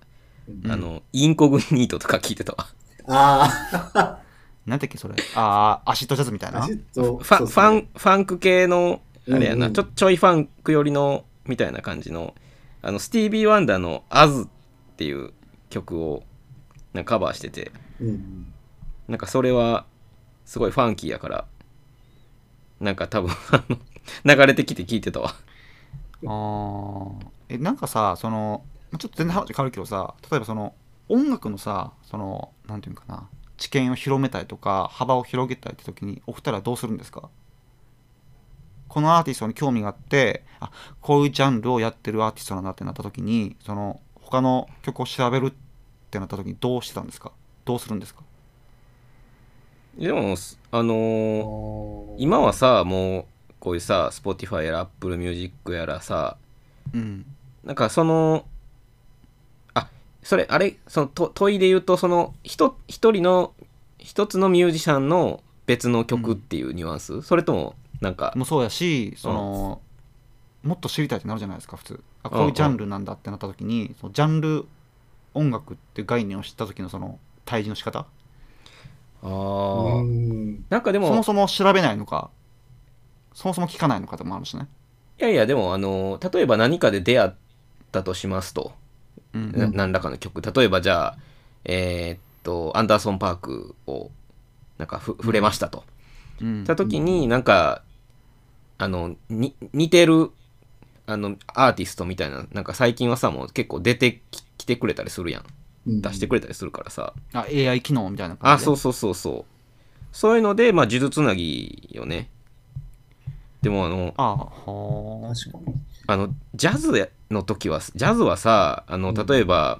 A: うん
B: あのインコグニートとか聞いてたわ
C: ああ、
A: なんだっけそれああアシッドジャズみたいな
C: アシッド
B: ファン
C: そうですね
B: ファンファンク系のあれやな、
C: うんうん
B: ちょちょいファンク寄りのみたいな感じのあのスティービー・ワンダーの「アズっていう曲をなんかカバーしてて
C: うん
B: なんかそれはすごいファンキーやからなんか多分 あの流れてきて聞いてたわ
A: ああえなんかさそのまあちょっと全然話変わるけどさ例えばその音楽のさそのなんていうんかな知見を広めたいとか幅を広げたいって時にお二人はどうするんですかこのアーティストに興味があってあこういうジャンルをやってるアーティストなんだってなった時にその他の曲を調べるってなった時にどうしてたんですかどうするんですか
B: でもあの
C: あ
B: ー
C: ー
B: 今はさもうこういうさ Spotify やら Apple Music やらさ
A: うん
B: なんかそのあそれあれそのと問いで言うとその一一人の一つのミュージシャンの別の曲っていうニュアンス、それともなんか
A: もそうやしその、もっと知りたいってなるじゃないですか普通あこういうジャンルなんだってなった時に、そのジャンル音楽っていう概念を知った時のその対峙の仕方
B: あ
C: う
B: ー
C: ん
B: なんかで
A: そ
B: も
A: もそも調べないのかそもそも聞かないのかでもあるしね、
B: いやいやでもあの例えば何かで出会ったとしますと、
A: うん
B: な何らかの曲例えばじゃあえーっとアンダーソン・パークをなんかふ触れましたと、
A: うん
B: した時になんかあのに似てるあのアーティストみたいななんか最近はさもう結構出てき来てくれたりするやん出してくれたりするからさ、
A: あ AI 機能みたいな感
B: あ
A: じ
B: そう
A: そ
B: そうそうそうそういうのでまあ呪術つなぎよねでもあの
A: あは
C: 確かに。
B: あのジャズの時はジャズはさあの
C: うん
B: 例えば、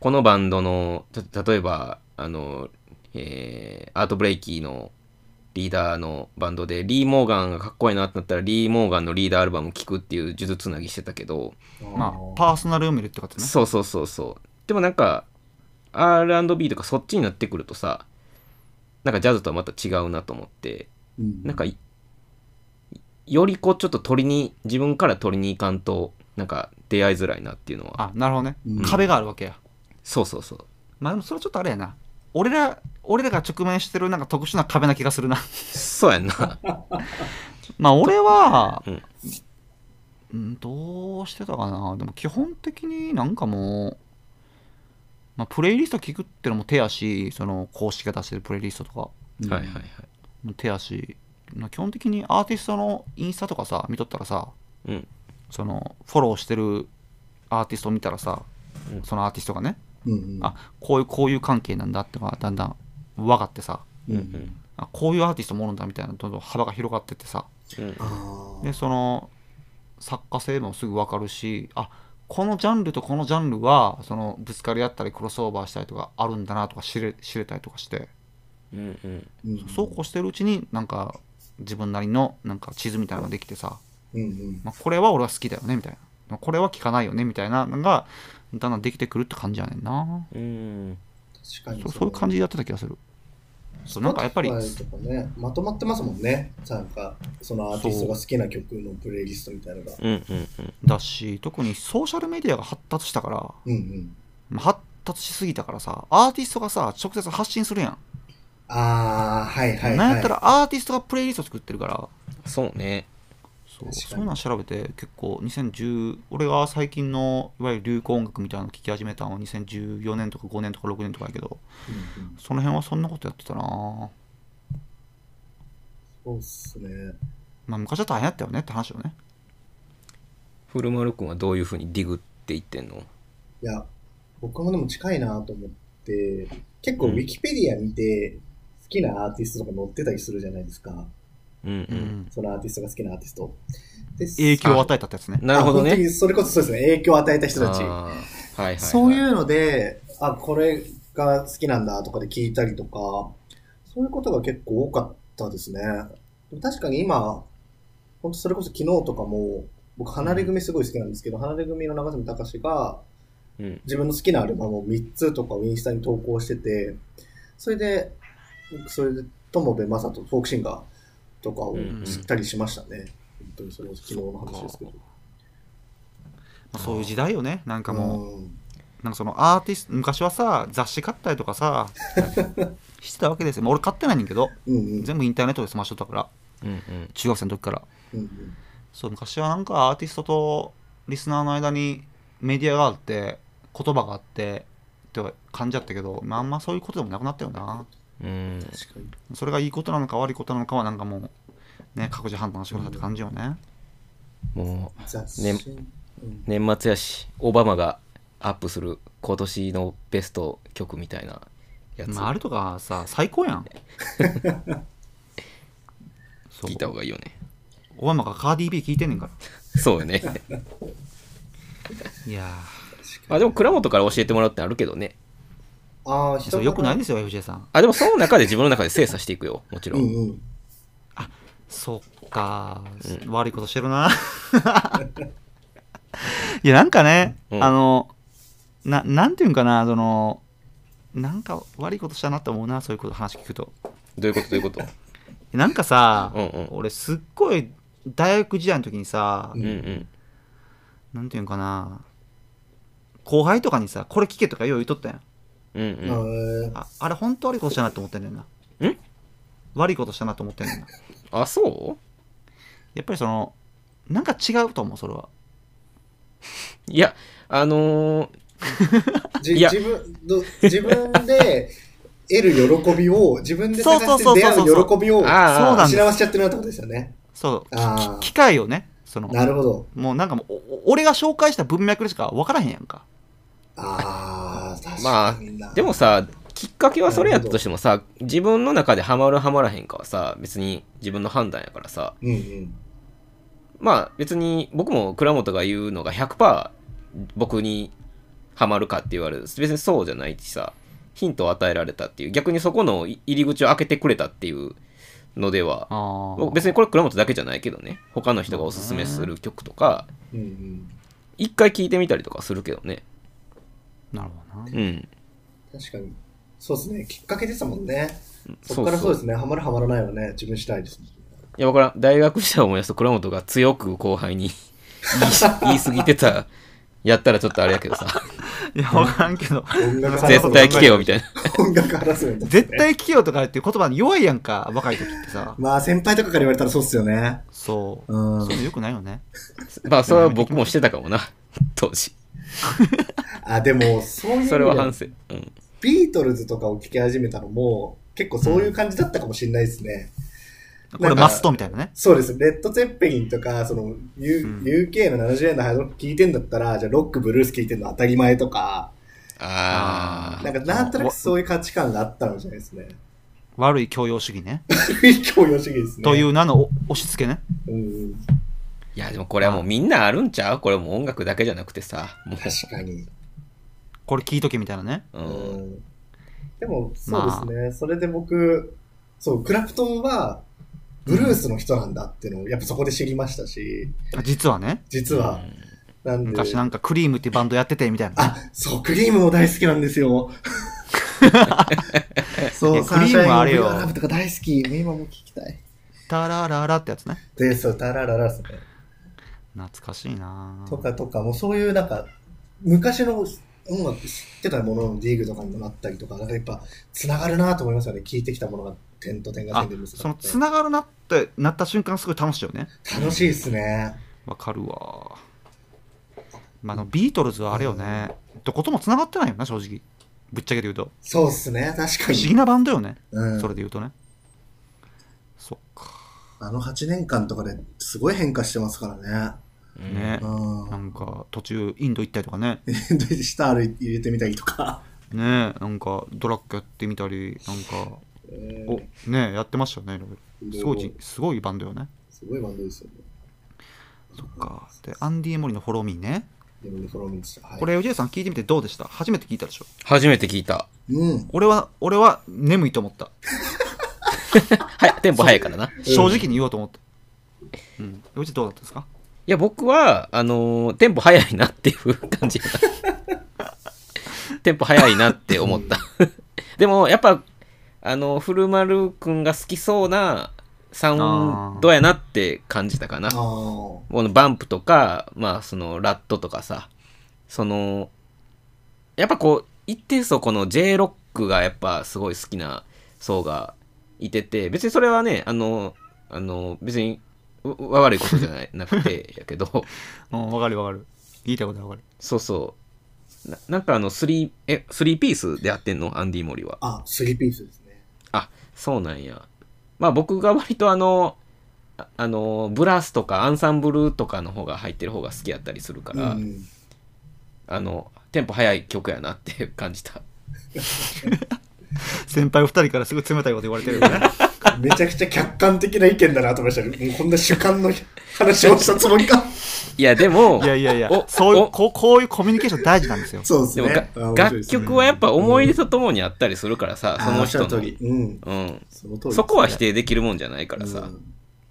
B: このバンドのた例えばあの、えーアートブレイキーのリーダーのバンドでリー・モーガンがかっこいいなってなったらリー・モーガンのリーダーアルバム聴くっていう呪術つなぎしてたけど、
A: あまあパーソナルを見るってことね
B: そうそうそうそうでもなんか R&B とかそっちになってくるとさなんかジャズとはまた違うなと思って
C: な
B: なんかい、よりこうちょっと取りに、自分から取りに行かんと、なんか出会いづらいなっていうのは。
A: あなるほどね、
C: うん
A: 壁があるわけや
B: そうそうそう。
A: まあでもそれちょっとあれやな俺ら俺らが直面してるなんか特殊な壁な気がするな
B: そうやんな。
A: まあ俺は、
B: うん
A: うんどうしてたかなでも基本的になんかもう、まあ、プレイリスト聞くってのも手やしその公式が出してるプレイリストとか
C: うん
B: はいはいはい。
A: も手やし、まあ、基本的にアーティストのインスタとかさ見とったらさ
B: うん。
A: そのフォローしてるアーティスト見たらさ、
B: うん
A: そのアーティストがね
C: うんうん
A: あこういうこういう関係なんだってのがだんだん分かってさ
C: うん
B: うん
A: あこういうアーティストもおるんだみたいなどんどん幅が広がってってさ
B: うん
C: あー
A: でその作家性もすぐ分かるしあこのジャンルとこのジャンルはそのぶつかり合ったりクロスオーバーしたりとかあるんだなとか知れ知れたりとかして
B: うんうん。
C: うん
A: そうこうしてるうちになんか自分なりのなんか地図みたいなのができてさ、
C: うんうん
A: まあ、これは俺は好きだよねみたいなまあこれは聞かないよねみたいなのがだんだんできてくるって感じやねんな
B: うん。
C: 確かに
A: そうそういう感じでやってた気がするそうなんかやっぱり
C: Spotify とかね、まとまってますもんね。なんか、そのアーティストが好きな曲のプレイリストみたいなのが。
B: うんうんうん。
A: だし特にソーシャルメディアが発達したから
C: うんうん。
A: まあ発達しすぎたからさアーティストがさ直接発信するやん
C: ああ、はいはいはい。
A: なんやったらアーティストがプレイリスト作ってるから、
B: そうね。
A: そう
C: 確かに
A: そういうの調べて結構2010俺が最近のいわゆる流行音楽みたいなの聞き始めたのは2014年とか5年とか6年とかやけど
C: うんうん
A: その辺はそんなことやってたな
C: そうっすね。
A: まあ昔は大変やったよねって話よね
B: 古丸くんはどういうふうにディグっていってんの
C: いや、僕もでも近いなと思って、結構
B: う
C: ウ
B: ん
C: ィキペディア見て、好きなアーティストとか載ってたりするじゃないですか。
B: うん
A: う
B: うん。
A: ん
C: そのアーティストが好きなアーティスト。で
A: 影響を与えたってやつね
B: なるほど
C: あ本当
B: ね。
C: にそれこそそうですね、影響を与えた
B: あ
C: 人たち。
B: ーはいはいはい。
C: そういうので、あ、これが好きなんだとかで聞いたりとか、そういうことが結構多かったですね。確かに今、本当それこそ昨日とかも、僕、離れ組すごい好きなんですけど、離れ組の長住隆が、
B: うん。
C: 自分の好きなアルバムを3つとかをインスタに投稿してて、それで、僕それで、友部正人、フォークシンガーとかを知ったりしましたね。本当にそれこそ昨日の話ですけど。
A: まあそういう時代よねなんかもう、
C: うん
A: なんかそのアーティスト昔はさ雑誌買ったりとか さしてたわけですよ、まあ、俺買ってないねんけど
C: うんうん。
A: 全部インターネットで済ましとったから
B: うんうん。
A: 中学生の時から
C: うんうん
A: そう昔はなんかアーティストとリスナーの間にメディアがあって言葉があってって感じだったけど、まあ、あんまそういうことでもなくなったよな
B: うん。
C: 確かに。
A: それがいいことなのか悪いことなのかはなんかもうね各自判断してくださいって感じよね、
B: もう、
C: 雑誌。
B: ね
C: うん
B: 年末やし、オバマがアップする今年のベスト曲みたいなやつ、
A: まあ、あれとかさ最高やんそう
B: 聞いた方がいいよね。
A: オバマがカーディービー聞いてんねんから
B: そうよね。
A: いや
B: まあでも、倉本から教えてもらうってあるけどね。
C: ああ、
A: ー
C: 人
A: そうよくないですよ FJ さん
B: あ、でもその中で自分の中で精査していくよ。もちろ。
C: うんんうん。
A: そっか、悪いことしてるな。 いや、なんかね、
B: うん
A: あの、な、なんていうんかな、その、なんか悪いことしたなって思うな、そういうこと話聞くと。
B: どういうことどういうこと
A: なんかさ、
B: うんうん
A: 俺すっごい大学時代の時にさ、
C: う
B: うんんうん。
A: なんていうんかな、後輩とかにさ、これ聞けとかよう言うとったやん。
B: うん
C: え
B: うん。
C: ー
A: ああれ、本当悪いことしたなって思ってんねんな。
B: ん
A: 悪いことしたなって思ってんねんな。
B: あ、そう
A: やっぱりその、なんか違うと思う、それは。
B: いや、あのー
C: じ
B: いや
C: 自分ど自分で得る喜びを、自分で探
A: そう
C: し
A: そうそうそう
C: て出会う喜びを失
B: ああ
A: そうなんです
C: わしちゃってるなってことですよね。
A: そう、
C: あー
A: き機械をね、その、
C: なるほど。
A: もうなんかもう、おお俺が紹介した文脈でしか分からへんやんか。
C: ああ、確
B: ま
C: かにな。
B: でもさ、きっかけはそれやったとしてもさ、自分の中でハマるハマらへんかはさ、別に自分の判断やからさ、
C: うんうん。
B: まあ別に僕も倉本が言うのが100%僕にハマるかって言われる別にそうじゃないしさ、ヒントを与えられたっていう、逆にそこの入り口を開けてくれたっていうのでは、
A: あ
B: 別にこれ倉本だけじゃないけどね、他の人がおすすめする曲とか、
C: うんうん。
B: 一回聴いてみたりとかするけどね。
A: なるほどな。
B: うん。
C: 確かに。そうですね。きっかけですもんね。
B: そう
C: そこからそう
B: そう
C: ですね。ハマるハマらないはね、自分次 第ですもんね。
B: いや、わからん。大学時代を思い出すと倉本が強く後輩に言い 言い過ぎてた、やったらちょっとあれやけど さ、
A: いや、分からんけど、
C: 音楽ハラスメ
B: 絶
C: ント
B: 対聞けよみたいな。
C: 音楽ハラスメント。
A: 絶。対聞けよとかっていう言葉に弱いやんか、若い時ってさ。
C: まあ、先輩とかから言われたらそうっすよね。
A: そう。
C: う
A: そ
C: ん。
A: ういうのよくないよね。
B: まあ、それは僕もしてたかもな、 当時。
C: あ、でも、そういう意味で。
B: それは反省。うん。
C: ビートルズとかを聴き始めたのも、結構そういう感じだったかもしれないですね。
A: これマストみたいなね。
C: そうです。レッド・ゼッペリンとか、その、U
A: うん
C: UK の70年代ハードロック聴いてんだったら、じゃあロック、ブルース聴いてんの当たり前とか、
B: あ
C: な
B: あ
C: んかなんとなくそういう価値観があったのじゃないですね。
A: 悪い教養主義ね。
C: 教養主義ですね。。
A: というう名のお押し付けね。
C: うん、
B: いや、でもこれはもうみんなあるんちゃうこれもう音楽だけじゃなくてさ、も
C: 確かに。
A: これ聞いとけみたいなね。
B: う。
C: う
B: うん。
C: ん、でも、そうですね。それで僕、そう、クラプトンは、ブルースの人なんだっていうのを、やっぱそこで知りましたし、
A: あ実はね、
C: 実は、なんで、
A: 昔なんかクリームってバンドやっててみたいなね。
C: あ、そう、クリームも大好きなんで すよ。
A: い
C: そ
A: や
C: う、
A: クリームはあれよ
C: サンシャインオブユアラブとか大好き。今も聞きたい。
A: タラララってやつね。
C: で、そう、タラララですね。
A: 懐かしいな
C: とかとか、もうそういうなんか、昔の音楽知ってたもののリーグとかにもなったりとか、なんかやっぱ、つながるなと思いますよね。聞いてきたものが点と点が
A: あ
C: 線で、結
A: そ
C: ば
A: の
C: れて
A: つ。ながるなってなった瞬間すごい楽しいよね。
C: 楽しいですね。
A: わかるわ。まあ、あのビートルズはあれよね。どことも繋がってないよな、正直。ぶっちゃけて言うと。
C: そうっすね。確か
A: 不思議
C: に。
A: なバンドよね。
C: うん
A: それで言うとね。そっか。
C: あの8年間とかですごい変化してますからね。
B: うん
A: ね。
C: うん
A: な。んか、途中、インド行ったりとかね。
C: 下歩いて入れてみたりとか。
A: ねなんか、ドラッグやってみたり、なんか、 おねやってましたよね、いろいろ。すごいじ、すごいバンドよね。
C: すごいバンドですよね。
A: そっか。で、アンディ・モリのフォローミーね。
C: 自分でフォローミンした。はい、
A: これ、おじいさん聞いてみてどうでした初めて聞いたでしょ。
B: 初めて聞いた。
C: うん。
A: 俺は、俺は、眠いと思った。
B: はい、テンポ早いからな。い
A: 正直に言おうと思って。うん。うちどうだったんですか
B: や、僕は、あのーテンポ早いなっていう感じやなテンポ早いなって思った。 でも、やっぱ、あの、古丸くんが好きそうなサウンドやなって感じたかな。
C: あー
B: このバンプとか、まあ、そのラットとかさ、その、やっぱこう、一定層この J ロックがやっぱすごい好きな層がいてて、別にそれはね、あの、あの、別に、う悪いことじゃないなくて、やけど、
A: うん、わかるわかる。言いたいことはわかる。
B: そうそう。ななんかあの、スリー、え、スリーピースでやってんのアンディ・モリは。
C: あ、スリーピースですね。
B: あ、そうなんや。まあ僕が割とあの、ああの、ブラスとかアンサンブルとかの方が入ってる方が好きやったりするから、
C: うん
B: あの、テンポ早い曲やなって感じた。
A: 先輩二人からすごい冷たいこと言われてるよね。
C: めちゃくちゃ客観的な意見だなと思いましたね。もうこんな主観の話をしたつもりか。
B: いや、でも、
A: いやいやいや
B: お、
A: そういう
B: お
A: こう、こういうコミュニケーション大事なんですよ。
C: そうです
B: でも
C: ね
B: が。
C: あ面白い
B: 楽
C: ですね
B: 曲はやっぱ思い出とともにあったりするからさ、その
C: あーおっしゃ
B: 人
C: る通
B: の。
C: りうん。
B: うん。
C: その通りですね
B: そこは否定できるもんじゃないからさ。
C: うん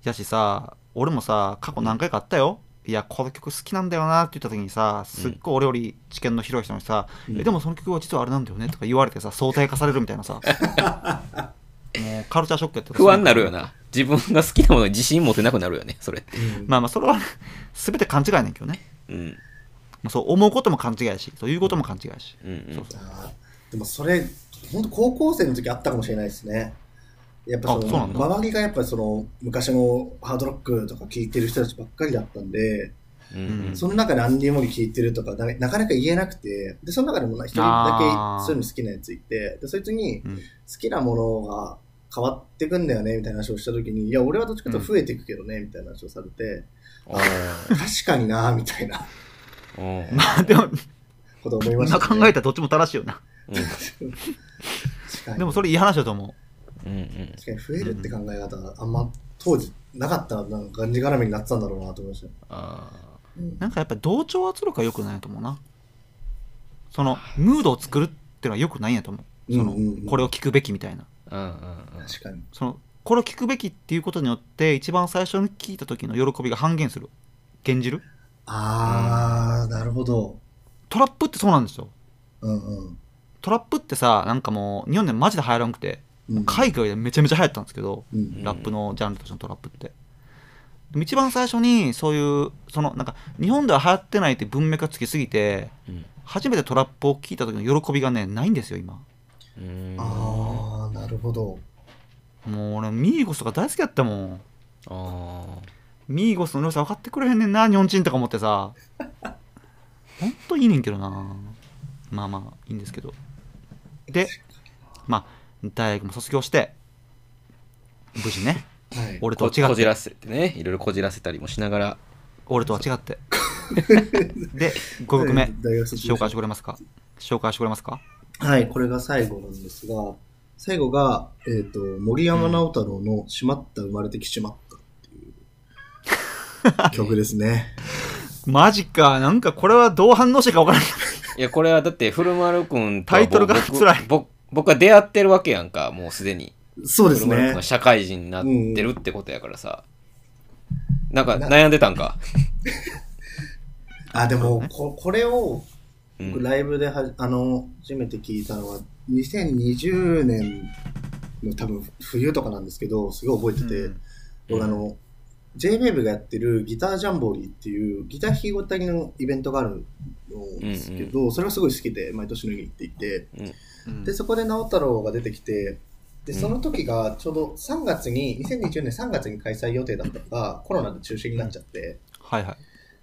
A: やしさ、俺もさ、過去何回かあったよ。いや、この曲好きなんだよなって言った時にさ、すっごい俺より知見の広い人にさ、
C: うん
A: えでもその曲は実はあれなんだよねとか言われてさ、相対化されるみたい なさ。もうカルチャーショックやって
B: 不安になるよ。な。自分が好きなものに自信持てなくなるよね、それって。
C: うん
A: まあまあ、それは全て勘違いなんやけどね。
B: うん。
A: まあ、そう思うことも勘違いやし、そういうことも勘違いやし。
B: うんうん
A: そうそう
C: あーでもそれ、本当高校生の時あったかもしれないですね。やっぱそ
A: あそう
C: の
A: なんだ
C: 周りがやっぱりその昔のハードロックとか聴いてる人たちばっかりだったんで、
B: うんうん
C: その中でアンディ・モリ聴いてるとかななかなか言えなくて、で、その中でもな一人だ
A: あー
C: けそういうの好きなやついて、で、そいつに好
A: うん
C: きなものが変わってくんだよねみたいな話をした時に、いや、俺はどっちかというと増えていくけどねみたいな話をされて、
B: おー
C: 確かになみたいな
B: おー
A: まあでも、
C: こと思いまし
A: 今
C: た、
A: 考えたらどっちも正しいよな。
C: 確かに
A: でもそれいい話だと思
B: うん うん
C: 確かに増えるって考え方があんま当時なかったなんかがんじがらめになってたんだろうなと思いました、
B: あ
A: う。なんかやっぱり同調圧力は良くないと思うな。その、ムードを作るっていうのは良くないんやと思う。その
C: うんうんうん、
A: これを聞くべきみたいな。
B: ーあー。あーあー
C: 確かに
A: その、これを聞くべきっていうことによって、一番最初に聞いた時の喜びが半減する。減じる
C: ああ、なるほど
A: トラップってそうなんですよ。
C: うんうん
A: トラップってさ、なんかもう、日本でマジで流行らんくて、
C: うん
A: 海外でめちゃめちゃ流行ったんですけど、
C: うん
A: ラップのジャンルとしてのトラップって。でも一番最初にそういうそのなんか日本では流行ってないって文脈がつきすぎて
B: うん
A: 初めてトラップを聞いた時の喜びがねないんですよ今
B: うんあ
C: ああなるほど
A: もう俺ミーゴスとか大好きだったもん
B: ー
A: ミーゴスの良さ分かってくれへんねんな日本人とか思って さほんといいねんけどなまあまあいいんですけどでまあ大学も卒業して無事ね
C: はい
A: 俺と
B: こ
A: は違って
B: こじらせてね、いろいろこじらせたりもしながら。
A: 俺とは違ってで5曲目
C: 大学卒業
A: 紹介してくれますか紹介してくれますか
C: はいこれが最後なんですが最後が、えっと森山直太朗の「しまった生まれてきしまった」 っていう曲ですね
A: マジかなんかこれはどう反応していいか分からない
B: いや、これはだって、古丸くんと
A: タイトルが
B: 僕
A: 辛い
B: 僕僕は出会ってるわけやんか、もうすでに。
C: そうです
B: 古丸くん
C: ね
B: は社会人になってるってことやからさ。なんか悩んでたんか。
C: あでもここれを
B: う
C: 僕
B: ん、
C: ライブではあの初めて聞いたのは2020年の多分冬とかなんですけどすごい覚えてて、僕あの JWAVE がやってるギタージャンボリーっていうギター弾き語りのイベントがあるんですけど、それがすごい好きで毎年のように行っていて
A: うん
C: でそこで直太朗が出てきてでその時がちょうど3月に2020年3月に開催予定だったのがコロナで中止になっちゃって、
A: はいはい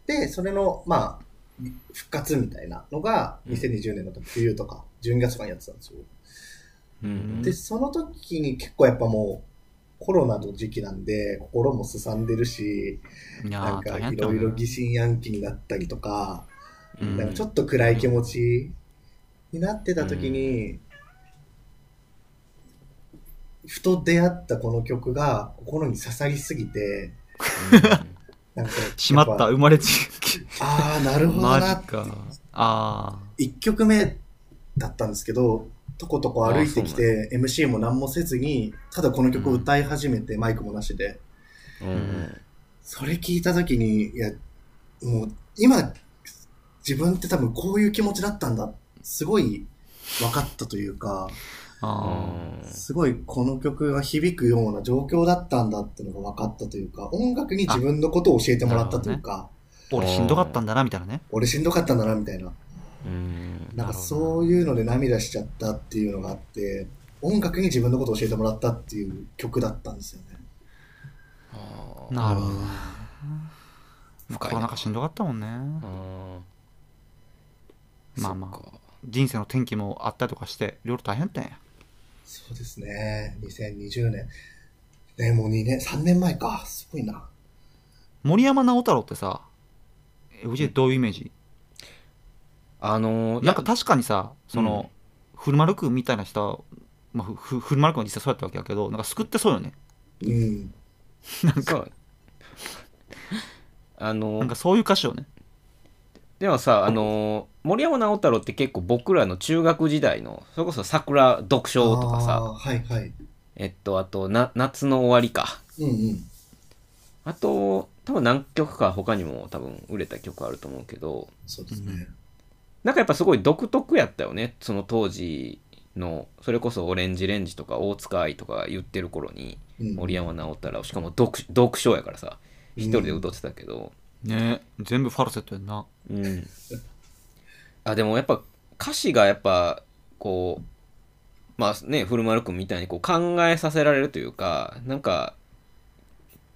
C: で、それの、まあ、復活みたいなのが、
B: うん
C: 2020年の冬とか、12月とかにやってたんですよ。
B: うん
C: で、その時に結構やっぱもう、コロナの時期なんで、心もすさんでるし、
A: いや
C: なん
A: ー
C: か
A: 大変
C: い
A: だ
C: ろいろ
A: ね
C: 疑心暗鬼になったりとか、
B: うん
C: なんかちょっと暗い気持ちになってた時に、ふと出会ったこの曲が心に刺さりすぎて、なんかやぱ
A: しまった生まれつき
C: ああ、なるほど
A: マ
C: な
A: ジ
C: って
A: かあ
C: 1曲目だったんですけどとことこ歩いてき
B: あ
C: て、MC も何もせずに、ただこの曲を歌い始めて、マイクもなしで。
B: うん
C: それ聞いたときに、いや、もう、今、自分って多分こういう気持ちだったんだ。すごい分かったというか、
A: あ
C: すごいこの曲が響くような状況だったんだっていうのが分かったというか、音楽に自分のことを教えてもらったというか、
A: ー俺しんどかったんだなみたいなね
C: 俺しんどかったんだな、みたいな。
B: うん
C: なん
A: な
C: か
A: るほどな
C: そういうので涙しちゃったっていうのがあって、音楽に自分のことを教えてもらったっていう曲だったんですよね。
A: なるほどね
B: 深いな
A: コロナ禍しんどかったもんね
B: うん
A: まあまあ
B: そっか
A: 人生の転機もあったりとかしていろいろ大変だったんや
C: そうですね。2020年。ね、もう2年、3年前か。すごいな。
A: 森山直太朗ってさ藤井どういうイメージ
B: あのー
A: なんか確かにさその、フルマルクみたいな人は、まあ、ふふフルマルクは実際そうやったわけやけどなんか救ってそうよね
C: うん。
B: そうあの
A: なんかそういう歌詞よね
B: でもさあの森山直太朗って結構僕らの中学時代のそれこそ「桜読書」とか
C: あ
B: さ
C: ーはいはい。
B: えっとあとな「夏の終わり」か
C: うんうん。
B: あと多分何曲か他にも多分売れた曲あると思うけど
C: そうですね。
B: なんかやっぱすごい独特やったよねその当時のそれこそ「オレンジレンジ」とか「大塚愛」とか言ってる頃に
C: うん、
B: 森山直太朗しかも読読書やからさ一人で歌ってたけど、
A: ね全部ファルセットやんな
B: うん、あでもやっぱ歌詞がやっぱこうまあね古丸君みたいにこう考えさせられるというかなんか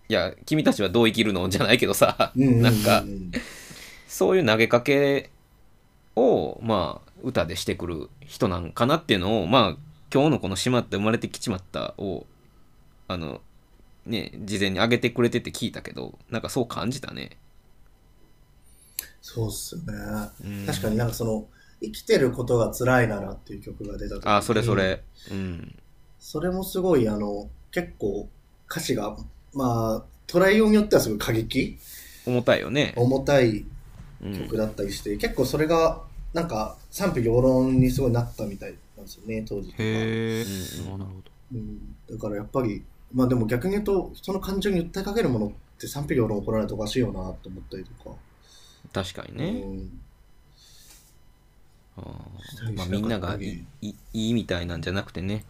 B: いや君たちはどう生きるのじゃないけどさ
C: うんうんうん、
B: なんかそういう投げかけをまあ歌でしてくる人なんかなっていうのをまあ今日のこの「しまった生まれてきちまったを」あのね事前に上げてくれてて聞いたけどなんかそう感じたね。
C: そうっすよね。
B: うん
C: 確かになんかその、生きてることが辛いならっていう曲が出た時に
B: あそれそ。れ。うん。
C: それもすごい、あの、結構歌詞が、まあ、トライオンによってはすごい過激
B: 重たいよね。
C: 重たい
B: うん
C: 曲だったりして、結構それが、なんか賛否両論にすごいなったみたいなんですよね、当時とか。
A: へえ、
B: うん
A: あなるほど
C: うん、だからやっぱり、まあでも逆に言うと、人の感情に訴えかけるものって賛否両論起こらないとおかしいよなと思ったりとか。
B: 確かにね
C: う。ん、
B: あ
C: した
B: ー
C: り
B: まあ、
C: しなかった
B: み
C: り
B: んながいいいいみたいなんじゃなくてね。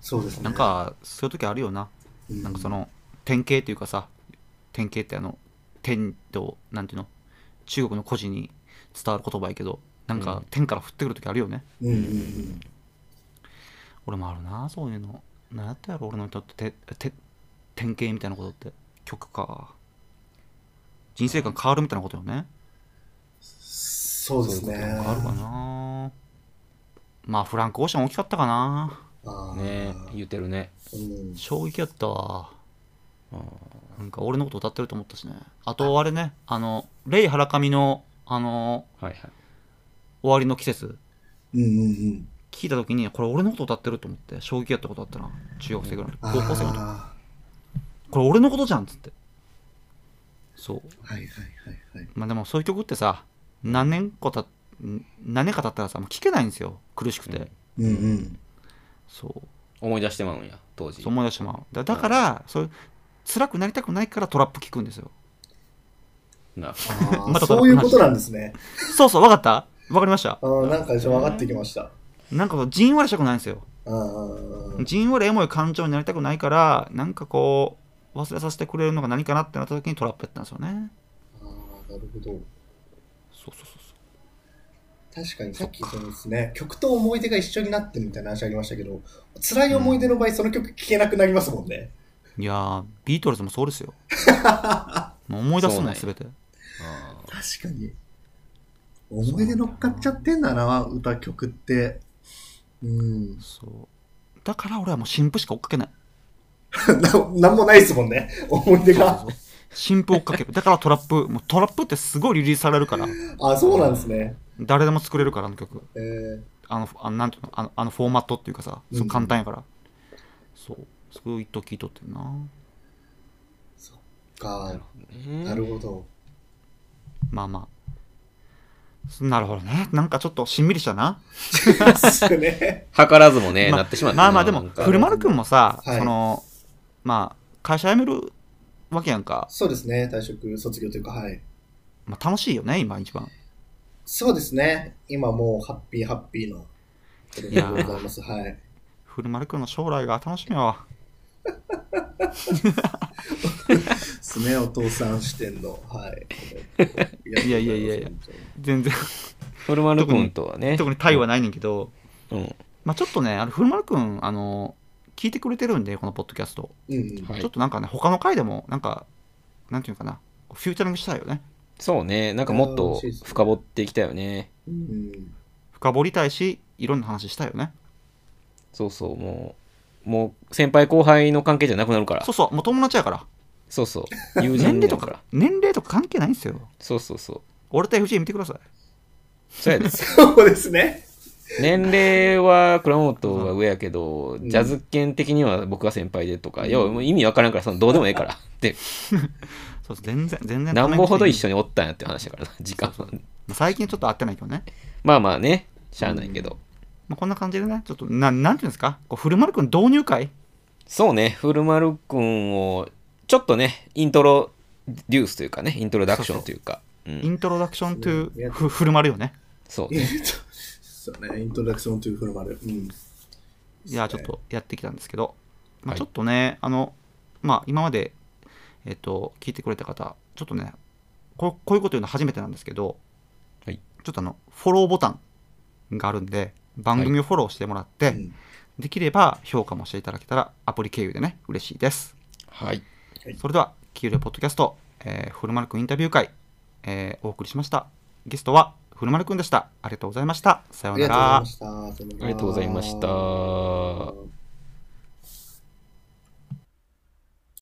C: そうですね。
A: なん、かそういう時あるよな
C: う
A: なんかそ、の典型っていうかさ典型ってあの天となんていうの中国の古事に伝わる言葉やけどなん
B: う
A: か
B: ん
A: 天から降ってくる時あるよね、
C: うんうんうん。
A: 俺もあるなそういうの何やったやろ俺の人っててて典型みたいなことって曲か人生観変わるみたいなことよね
C: そうですね。
A: そういうことあるかなまあフランク・オーシャン大きかったかな
C: あー
B: ね言ってるね。
C: うん、
A: 衝撃やったわ
B: あー
A: なんか俺のこと歌ってると思ったしねあとあれねあのレイ・ハラカミのあの
B: はいはい。
A: 終わりの季節
C: うんうんうん。
A: 聞いた時にこれ俺のこと歌ってると思って衝撃やったことあったな中学生ぐらいの時
C: あ
A: 高
C: ー
A: 校生の時これ俺のことじゃんっつってそう
C: はいはいはいはい。
A: まあでもそういう曲ってさ何年かたん何年か経ったらさもう聴けないんですよ苦しくて、
B: うん
C: うんうん。
A: そ
B: 思い出してまうんや、当時。
A: うそう思い出してまうだだからそういう辛くなりたくないからトラップ聴くんですよ
B: な
C: あ
A: ま
C: ー
A: た
C: そういうことなんですね。
A: そうそう分かった分かりました
C: あーなんか一応分かってきました。
A: なんかこうじんわりしたくないんですよ
C: あー
A: じんわりエモい感情になりたくないからなんかこう忘れさせてくれるのが何かなってなった時にトラップやったんですよね
C: あー、なるほ
A: そ
C: ど。
A: うそうそうそう
C: 確かにさっきそのですね、曲と思い出が一緒になってるみたいな話ありましたけど、辛い思い出の場合、その曲聴けなくなりますもんね。
A: いやービートルズもそうです よもう思い出す
B: そう
A: も
B: なん
A: ん
B: や
A: 全て
B: あー
C: 確かに。思い出乗っかっちゃってんだな、歌曲って。うん。
A: そうだから俺はもう新婦しか追っかけない
C: ななんもないですもんね、思い出が。
A: 新婦追っかけるだからトラップもうトラップってすごいリリースされるから
C: あ、そうなんですね。
A: 誰でも作れるからあの曲
C: えー
A: あのあのなんていうのあのあのフォーマットっていうかさ
C: うん
A: そう簡単やから、そうそう一と聞いとってんな
C: か
B: なるほどね
C: なるほど。
A: まあまあなるほどね。なんかちょっとしんみりしたな。
C: ですよね。
B: 図らずもね、
A: まあ
B: なってしまったな
A: まあまあでも
B: なん、か
A: 古丸くんもさ、
C: はい
A: その、まあ、会社辞めるわけやんか。
C: そうですね。退職、卒業というか、はい。
A: まあ楽しいよね、今一番。
C: そうですね。今もう、ハッピーハッピーの、
A: いやー
C: ございます。はい。
A: 古丸くんの将来が楽しみやわ。
C: すね、お父さん視点の、はい。
A: いやいやいやいや全 然、
B: 古丸くんとはね。
A: 特に対はないねんけど、
B: うん。
A: まあちょっとね、あの、古丸くん、あの、聞いてくれてるんで、このポッドキャスト。
C: うんうん。
B: はい
A: ちょっとなんかね、他の回でも、なんか、なんていうのかな、フューチャリングしたいよね。
B: そうね。なんかもっと深掘っていきたいよね。
C: うん。
A: 深掘りたいし、いろんな話したいよね。
B: そうそう、もう、もう先輩後輩の関係じゃなくなるから
A: そう。そう、もう友達やから。
B: そうそう。 友
A: 年
B: 人
A: 齢
B: だ
A: と
B: から
A: か。、年齢とか関係ないんですよ。
B: そうそうそう。
A: 俺と FJ 見てください。
B: そうやで
C: そうですね。
B: 年齢は倉本は上やけど、ジャズ圏的には僕が先輩でとか、
C: うん
B: 要はもう意味わからんから、そのどうでもええからって、
A: そうそう全然、全然。
B: なんぼほど一
A: 緒。
B: 緒におったんやって話だからな、時間は。
A: 最近ちょっと会ってないけどね。
B: まあまあね、しゃあないけど。
A: まあ、こんな感じでね、ちょっと、ななんていうんですか、こう古丸くん導入会
B: そうね、古丸くんを、ちょっとね、イントロデュースというかね、イントロダクションというか、う
A: イ
B: ん、
A: ントロダクション
C: うん
A: to ふ古丸よね。
B: そう
C: え
B: ね。
C: っとそうね。イントロダクションというフルマル。うん。
A: いや、ちょっとやってきたんですけど、ま
B: は
A: あ、
B: い
A: ちょっとね、あの、まあ、今まで、えっと、聞いてくれた方、ちょっとね、こうこういうこと言うの初めてなんですけど、
B: はい
A: ちょっとあの、フォローボタンがあるんで、番組をフォローしてもらって、
C: うん
A: できれば評価もしていただけたら、アプリ経由でね、嬉しいです。
B: はい。
A: それでは、キールポッドキャスト、えー、古丸くんインタビュー会、えーお送りしました。ゲストは古丸くんでした。ありがとうございました。さよ
C: あ
A: う
C: り
A: な
C: がとうござい
A: ら
C: ま。した。あ
B: ありがとうございました。